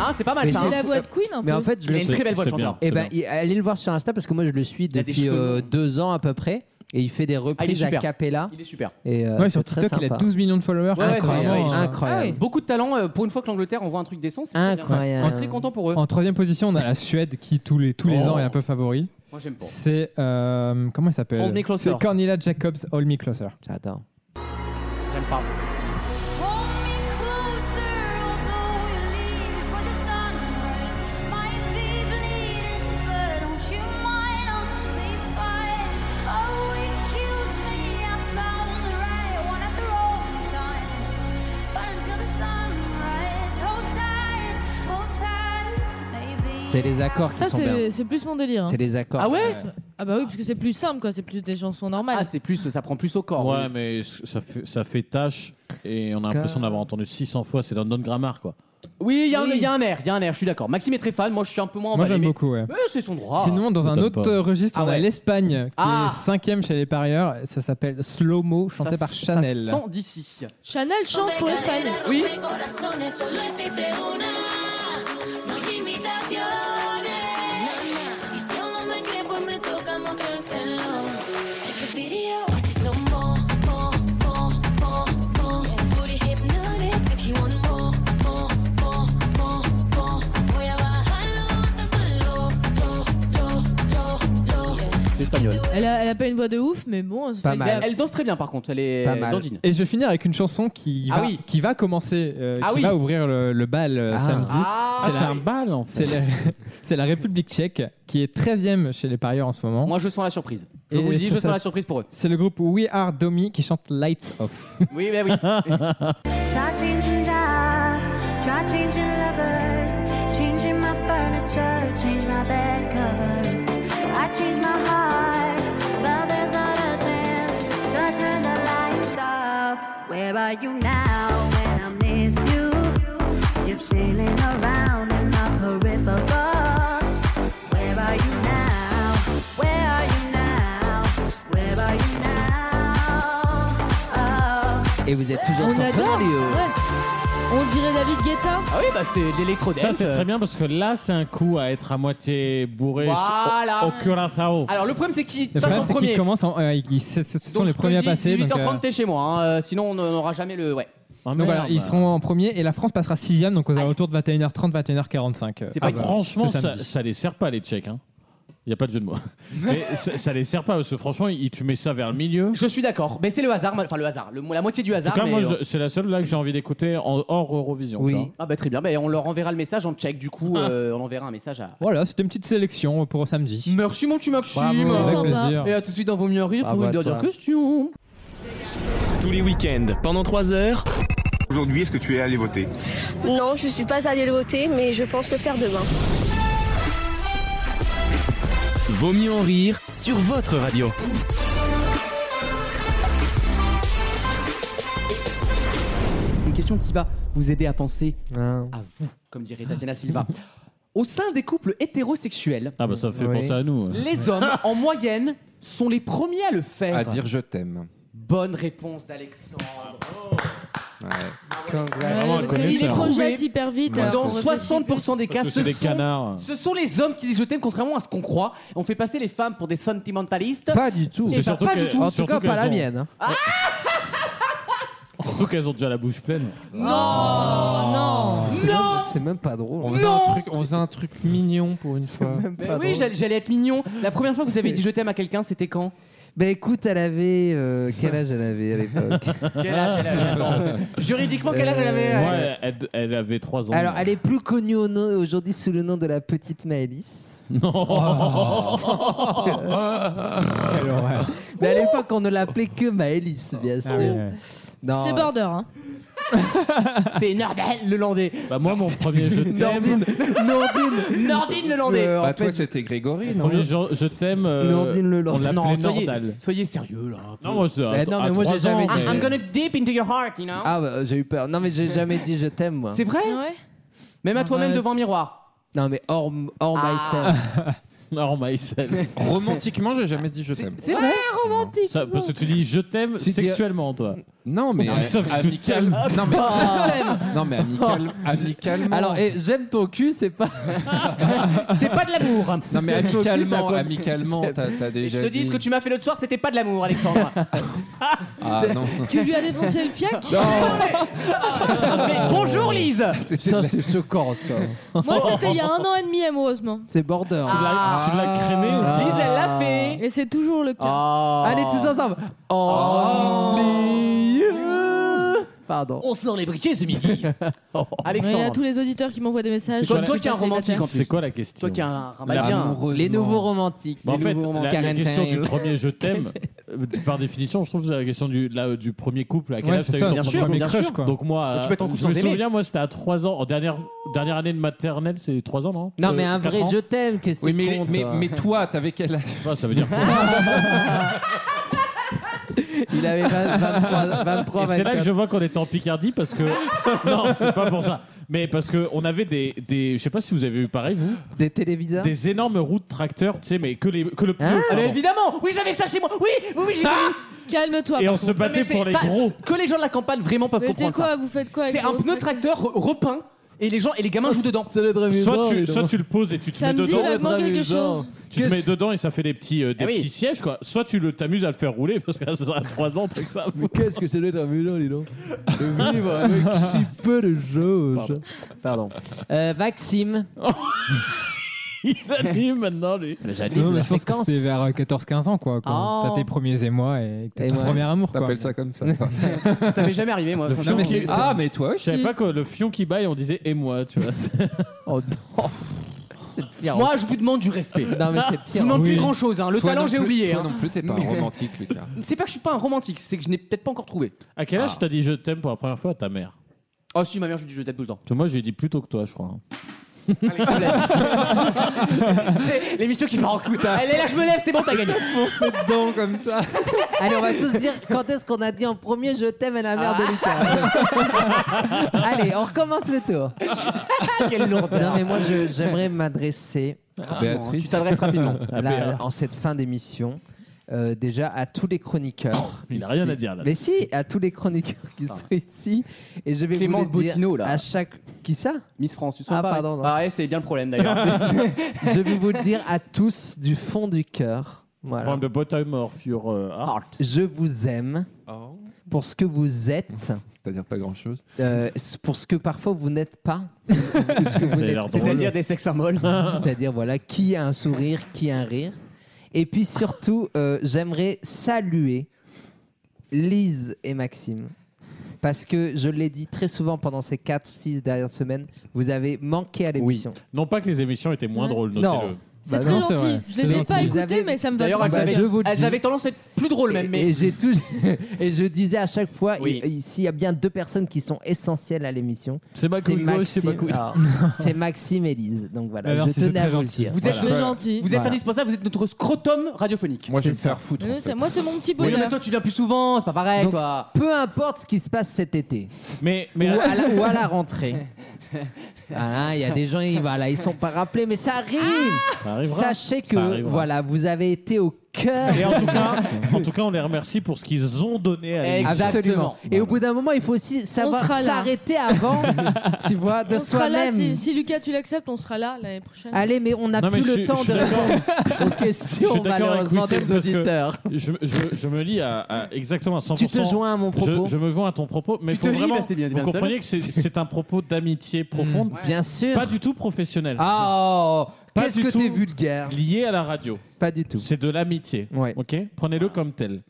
Hein, c'est pas mal
Mais
ça.
c'est
hein.
C'est la voix de Queen un
mais
peu.
en fait, je
Il a
le
une très belle voix hein. de
C'est bien.
chanteur.
Eh ben, il- allez le voir sur Insta parce que moi je le suis
a des
depuis
cheveux
euh,
longs. Ah,
deux ans à peu près et il fait des reprises à
super.
cappella.
Il est super.
Et euh,
ouais, sur
c'est très
TikTok, il a
sympa.
12 millions de followers.
Ouais, ouais, c'est-
Incroyable.
incroyable,
ouais, il-
incroyable.
Ah oui.
Beaucoup de talent. euh, Pour une fois que l'Angleterre envoie un truc décent, c'est très bien.
Incroyable.
On est très content pour eux.
En troisième position, on a la Suède qui tous les tous les
Oh.
ans est un peu favori.
Moi j'aime pas.
C'est euh, comment il s'appelle
Hold Me Closer.
C'est Cornelia Jacobs, Hold Me Closer.
J'adore.
J'aime pas.
Hold me close. Oh,
C'est les accords qui
Ça,
sont bien.
c'est c'est plus mon délire. hein.
C'est les accords.
Ah ouais
Ah bah oui, parce que c'est plus simple, quoi. C'est plus des chansons normales.
Ah, c'est plus, ça prend plus au corps.
Ouais,
oui.
mais ça fait, ça fait tâche et on a l'impression d'avoir entendu 600 fois. C'est London Grammar, quoi.
Oui, il y, a un-
Oui.
il y a un air, il y a un air, je suis d'accord. Maxime est très fan, moi je suis un peu moins
Moi,
emballé,
j'aime
mais-
beaucoup, ouais.
Mais c'est son droit.
Sinon, dans un
M'étonne
autre
pas.
euh, registre,
Ah
on a
ouais.
l'Espagne, qui
Ah.
est cinquième chez les parieurs. Ça s'appelle Slow Mo, chanté
Ça-
par Chanel.
Ça sent d'ici.
Chanel chante pour l'Espagne.
Oui.
pues
C'est espagnol.
Elle a, elle a pas une voix de ouf, mais bon. ça
Pas
fait
mal.
gaffe.
Elle danse très bien par contre, elle est
Pas mal.
dandine.
Et je vais finir avec une chanson qui
Ah
va,
oui.
qui va commencer, euh,
Ah
qui
oui.
va ouvrir le, le bal euh,
Ah.
samedi.
Ah,
C'est la-
oui.
bal, en
C'est la, c'est la République tchèque, qui est 13e chez les parieurs en ce moment.
Moi je sens la surprise. Je
Et
vous le dis,
c'est
je sens
ça.
la surprise pour eux.
C'est le groupe We Are Domi qui chante Lights Off.
Oui, mais oui.
Try changing jobs, try changing lovers, changing my furniture, change my bed covers. I changed my heart, but there's not a chance. So I turn the lights off. Where are you now when I miss you? You're sailing around in my peripheral. Where are you now? Where are you now? Where are you now? Oh.
Et vous êtes toujours
On
sur Fun
adore.
Radio.
ouais. On dirait David Guetta.
Ah oui, bah c'est de l'électro
Ça,
dance.
c'est très bien parce que là, c'est un coup à être à moitié bourré
Voilà. Ah,
au, au Curaçao.
Alors le problème c'est qui
Le
passe
problème,
en
c'est qu'ils
premier.
commencent en- euh, ils- c'est- ce sont
Donc,
les
je te
premiers à
dis,
passer. donc,
18h30
euh,
t'es chez moi, hein, euh, sinon on n'aura jamais le. Ouais.
Ah,
donc
merde.
voilà, ils seront en premier et la France passera sixième, donc aux alentours de 21h30, 21h45. euh,
C'est pas
Ah,
bah,
grave.
franchement,
ce
ça,
samedi.
ça les sert pas, les Tchèques. Il n'y a pas de jeu de mots. Mais ça, ça les sert pas parce que franchement, il- tu mets ça vers le milieu.
Je suis d'accord, mais c'est le hasard, enfin le hasard, le- la moitié du
En
hasard.
tout cas,
mais,
moi,
euh,
je- c'est la seule là que j'ai envie d'écouter en- hors Eurovision.
Oui.
tu vois.
Ah bah très bien, bah, on leur enverra le message en tchèque, du coup euh, on enverra un message à...
Voilà, c'était une petite sélection pour samedi.
Merci mon petit Maxime
Bravo.
Avec
sympa.
plaisir.
Et à tout de suite dans Vos mieux en rire
Bravo
pour
à
une dernière
toi.
question
Tous les week-ends, pendant 3 heures,
Aujourd'hui, est-ce que tu es allé voter
Non, je suis pas allée voter, mais je pense le faire demain.
Vaut mieux en rire sur votre radio.
Une question qui va vous aider à penser
Ah.
à vous, comme dirait Tatiana Silva. Au sein des couples hétérosexuels,
Ah bah ça fait
Oui.
penser à nous.
les hommes en moyenne sont les premiers à le faire.
À dire je t'aime.
Bonne réponse d'Alexandre.
Ouais.
Ouais,
un
parce
connu,
qu'il
ça.
les projette hyper vite.
Moi,
alors
Dans
on réfléchit
60% des cas,
Parce que c'est
ce
des
sont,
canards.
ce sont les hommes qui disent je t'aime, contrairement à ce qu'on croit. On fait passer les femmes pour des sentimentalistes.
Pas du tout.
Et
C'est
bah,
surtout
pas
que-
du tout.
En tout
surtout
cas, pas
qu'elles
la
ont-
mienne.
Ah,
hein.
Surtout qu'elles ont déjà la bouche pleine.
Oh non
C'est
Non.
même- C'est même pas drôle.
On faisait, un
Non.
truc, on faisait un truc mignon pour une fois.
Même
Mais
pas
oui,
drôle.
j'allais- j'allais être mignon. La première fois que vous avez dit je t'aime à quelqu'un, c'était quand
Bah écoute, elle avait. euh, quel âge elle avait à l'époque
Quel âge elle avait Attends. Juridiquement, quel âge elle avait
Moi,
euh,
elle, elle- elle avait 3 ans.
Alors, elle est plus connue au nom- aujourd'hui sous le nom de la petite Maëlys. Oh.
Quelle horreur.
Mais à l'époque, on ne l'appelait que Maëlys,
Ah
bien sûr. Non.
C'est border, hein.
C'est Nordel le Landais.
Bah moi, mon premier je t'aime.
Nordine, Nordine,
Nordine le Landais.
Euh,
Bah,
en
toi,
fait,
c'était Grégory,
Mon
non
premier je, je t'aime. euh,
Nordine le
on
Lord.
l'appelait
Non, soyez,
Nordal.
soyez sérieux là. un peu.
Non, moi, c'est à-
Mais non,
à
mais moi, j'ai
trois ans,
jamais
I-
mais-
Ah, I'm gonna deep into your heart, you know.
Ah, bah, j'ai eu peur. Non, mais j'ai jamais dit je t'aime, moi.
C'est vrai
Ouais. Ah bah.
Même à toi-même
ouais.
devant un miroir.
Non, mais hors, hors
Ah.
myself.
Non, Maïsel.
Romantiquement, j'ai jamais dit je t'aime.
C'est vrai
Ça, parce que tu dis je t'aime
Tu dis-
sexuellement, toi.
Non, mais
Putain, je
amical. Non, mais,
Ah.
non, mais amical, amicalement.
Alors, et j'aime ton cul, c'est pas.
C'est pas de l'amour.
non, mais
c'est toi qui, ça
amicalement,
compte.
amicalement, t'as t'as
Et Je
déjà.
te dis ce que tu m'as fait l'autre soir, c'était pas de l'amour, Alexandre.
Ah non,
Tu lui as défoncé le fiac
Mais bonjour, Lise.
Ça, Ah. c'est choquant, ça.
Moi, c'était il y a un an et demi, amoureusement.
C'est border.
Tu l'as- tu l'as crémé
Ah.
Lise, elle l'a fait.
Et c'est
Ah,
Ah.
toujours le cas.
Oh.
Allez, tous ensemble. Only you. Pardon.
On sort les briquets ce midi.
Il y a
Alexandre.
tous les auditeurs qui m'envoient des messages.
C'est quoi- toi qui es un
Je suis
romantique en
célibataire.
plus.
C'est quoi la question
Toi qui es un Ah,
La-
ramadien.
Les nouveaux romantiques.
Bah, en
les
fait,
nouveaux
la,
romantiques.
la question du
Karen Chang.
premier je t'aime, euh, par définition, je trouve que c'est la question du, là, euh, du premier couple. À quel
Ouais,
âge
c'est
t'as eu
ça,
ton
bien
premier
sûr,
couple
bien
crush,
sûr.
quoi. Donc moi,
Mais tu
euh,
peux être en couple
je me
sans aimer.
souviens, moi, c'était à 3 ans, en dernière, dernière année de maternelle, c'est 3 ans, non
Non,
Euh,
mais un
quatre
vrai
ans
je t'aime, qu'est-ce
Oui,
que
mais,
compte
mais,
euh,
mais toi, t'avais quel âge
Ouais, ça veut dire quoi
Il avait 20 23, 23
Et c'est là que
24.
je vois qu'on était en Picardie parce que non, c'est pas pour ça, mais parce que on avait des, des je sais pas si vous avez eu pareil vous,
Des téléviseurs
des énormes roues de tracteurs, tu sais, mais que les que le pneu.
Hein
Ah,
pardon.
mais évidemment Oui, j'avais ça chez moi Oui, oui, oui, j'ai vu.
Calme-toi.
Et
par
on se
contre.
battait
Mais c'est-
pour les
ça,
gros.
Que les gens de la campagne vraiment peuvent
Mais c'est
comprendre.
quoi
ça.
Vous faites quoi avec
C'est un
vos-
pneu tracteur re- repeint et les gens et les gamins jouent dedans. C'est le
Soit tu, soit tu le poses et tu te
Ça
mets
me dit
dedans.
vaguement quelque
Dramusant.
chose.
Tu te mets dedans et ça fait des petits, euh, des
Eh oui.
petits sièges quoi. Soit tu le t'amuses à le faire rouler parce que là, ça sera à 3 ans, t'as que ça.
Mais qu'est-ce que c'est d'être un violon, dis donc De vivre avec si peu de choses. Pardon. Euh, Maxime.
Il anime maintenant lui.
Non, mais je pense que c'était vers 14-15 ans, quoi. Quand
Oh.
t'as tes premiers émois et que t'as
Et
ton
ouais.
premier amour, quoi.
T'appelles ça comme ça
Ça m'est jamais arrivé moi.
Non, mais c'est- c'est-
Ah, mais toi
Je
aussi.
savais pas que le fion qui baille, on disait et moi, tu vois.
Oh non. C'est le pire.
Moi, je vous demande du respect.
Non, mais c'est
Je
pire.
vous demande
Oui.
plus grand chose. Le
Toi
talent,
non
j'ai
plus-
oublié.
Toi
hein.
non plus, t'es pas un romantique, Lucas.
C'est pas que je suis pas un romantique, c'est que je n'ai peut-être pas encore trouvé.
À quel âge
Ah.
t'as dit je t'aime pour la première fois à ta mère
Oh si, ma mère, je lui dis je t'aime tout le temps.
Parce que Moi, j'ai dit plus tôt que toi, je crois. hein.
Allez, problème. C'est L'émission qui part en couille. Allez, là, je me lève, c'est bon, t'as gagné.
C'est dedans comme ça.
Allez, on va tous dire quand est-ce qu'on a dit en premier je t'aime à la mère de Lucas. Allez, on recommence le tour.
Ah. Quelle lourdeur.
Non, mais moi, je- j'aimerais m'adresser euh,
Béatrice.
Ah, Tu t'adresses rapidement.
là, en cette fin d'émission. euh, déjà à tous les chroniqueurs.
Oh, Il a
ici.
rien à dire, là. Ah.
Mais si, à tous les chroniqueurs qui sont ici. Et je vais
Clémence
vous les dire
Bottineau, là.
À chaque. Qui ça
Miss France, tu sens
Ah,
pas
pardon, non.
Ah ouais, c'est bien le problème d'ailleurs.
Je vais vous le dire à tous du fond du cœur. Voilà.
From the bottom of your euh, heart.
Je vous aime
Oh.
pour ce que vous êtes,
C'est-à-dire pas grand-chose.
euh, pour ce que parfois vous n'êtes pas, ou ce que vous
Ça a
n'êtes
l'air drôle.
C'est-à-dire des sex symboles.
C'est-à-dire, voilà, qui a un sourire, qui a un rire. Et puis surtout, euh, j'aimerais saluer Lise et Maxime. Parce que je l'ai dit très souvent pendant ces 4-6 dernières semaines, vous avez manqué à l'émission.
Non pas que les émissions étaient moins
Ouais.
drôles,
Non.
notez-le.
C'est
Bah
très
non,
c'est
gentil.
vrai.
Je
C'est
les ai
gentil.
pas
Vous avez-
écoutés, mais ça me va.
D'ailleurs,
très
elles
bah,
bien.
avaient,
je vous le
elles
dis.
avaient tendance à être plus drôles même.
Et
Mais
j'ai tout- et je disais à chaque fois,
Oui.
il- s'il y a bien deux personnes qui sont essentielles à l'émission,
C'est ma
c'est
couille gauche, c'est
Maxime,
ma couille.
Alors, c'est Maxime et Lise. Donc voilà,
Bah,
je
merci, c'est
tenais à
très
vous le
gentil.
dire.
vous êtes,
C'est gentil.
vous êtes
Voilà.
indispensable, vous êtes notre scrotum radiophonique.
Moi, je vais
C'est
me
ça.
faire foutre. en
Non, c'est-
fait.
Moi, c'est mon petit
Oui, mais
bonheur.
toi, tu viens plus souvent, c'est pas pareil,
Donc-
quoi.
Peu importe ce qui se passe cet été
Mais, mais
ou, à la, ou à la rentrée. Voilà, il y a des gens, ils, voilà, ils sont pas rappelés, mais ça arrive.
ça arrivera.
Sachez
Ah, Ça
que
arrivera.
voilà, vous avez été au cœur.
Et en tout, cas, en tout cas, on les remercie pour ce qu'ils ont donné à l'émission.
Absolument. Et au bout d'un moment, il faut aussi savoir
sera là.
s'arrêter avant, tu vois, de
On sera là. Si,
soi-même.
si Lucas, tu l'acceptes, on sera là l'année prochaine.
Allez, mais on n'a
Non, mais
plus
je
le
suis-
temps
je suis
de répondre aux questions
d'accord avec
malheureusement
Wissem
des
parce que-
auditeurs.
Je, je- je me lis à, à exactement à 100%.
Tu te joins à mon propos.
Je, je me joins à ton propos, mais
Tu
faut
te lis,
vraiment,
bah, c'est bien,
vous
bien Mm. seul.
comprenez que c'est- c'est un propos d'amitié profonde,
Bien sûr.
pas du tout professionnel,
Ah, oh,
Pas
qu'est-ce
du
que
tout.
t'es vulgaire.
lié à la radio.
Pas du tout.
C'est de l'amitié.
Ouais.
Ok, prenez-le comme tel.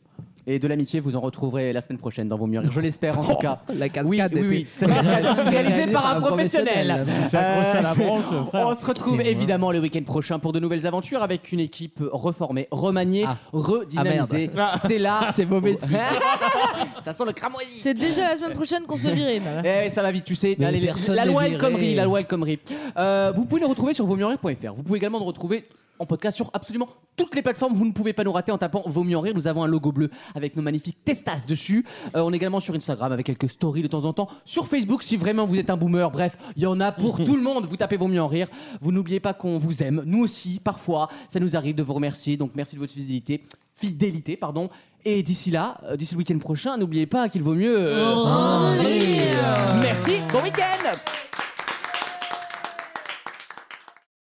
Et de l'amitié, vous en retrouverez la semaine prochaine dans vos murs. Je l'espère en tout cas.
Oh, La
Oui, oui, oui. C'est la cascade réalisée par un professionnel. Euh,
C'est accroché à la branche, frère.
On se retrouve évidemment le week-end prochain pour de nouvelles aventures avec une équipe reformée, remaniée,
Ah.
redynamisée.
Ah, C'est là, c'est mauvais signe.
Ça sent le cramoisi.
C'est déjà la semaine prochaine qu'on se dirait. bah,
Eh, ça va vite, tu sais.
hein. Mais
Allez,
personne
la
n'est
loi est
viré.
connerie, la loi est connerie. Euh, vous pouvez nous retrouver sur vosmieuxenrire.fr. Vous pouvez également nous retrouver en podcast sur absolument toutes les plateformes. Vous ne pouvez pas nous rater en tapant Vaut mieux en rire. Nous avons un logo bleu avec nos magnifiques testas dessus. Euh, on est également sur Instagram avec quelques stories de temps en temps. Sur Facebook, si vraiment vous êtes un boomer. Bref, il y en a pour tout le monde. Vous tapez Vaut mieux en rire. Vous n'oubliez pas qu'on vous aime. Nous aussi, parfois, ça nous arrive de vous remercier. Donc merci de votre fidélité. Fidélité, pardon. Et d'ici là, euh, d'ici le week-end prochain, n'oubliez pas qu'il vaut mieux. euh,
Rire.
Merci, bon week-end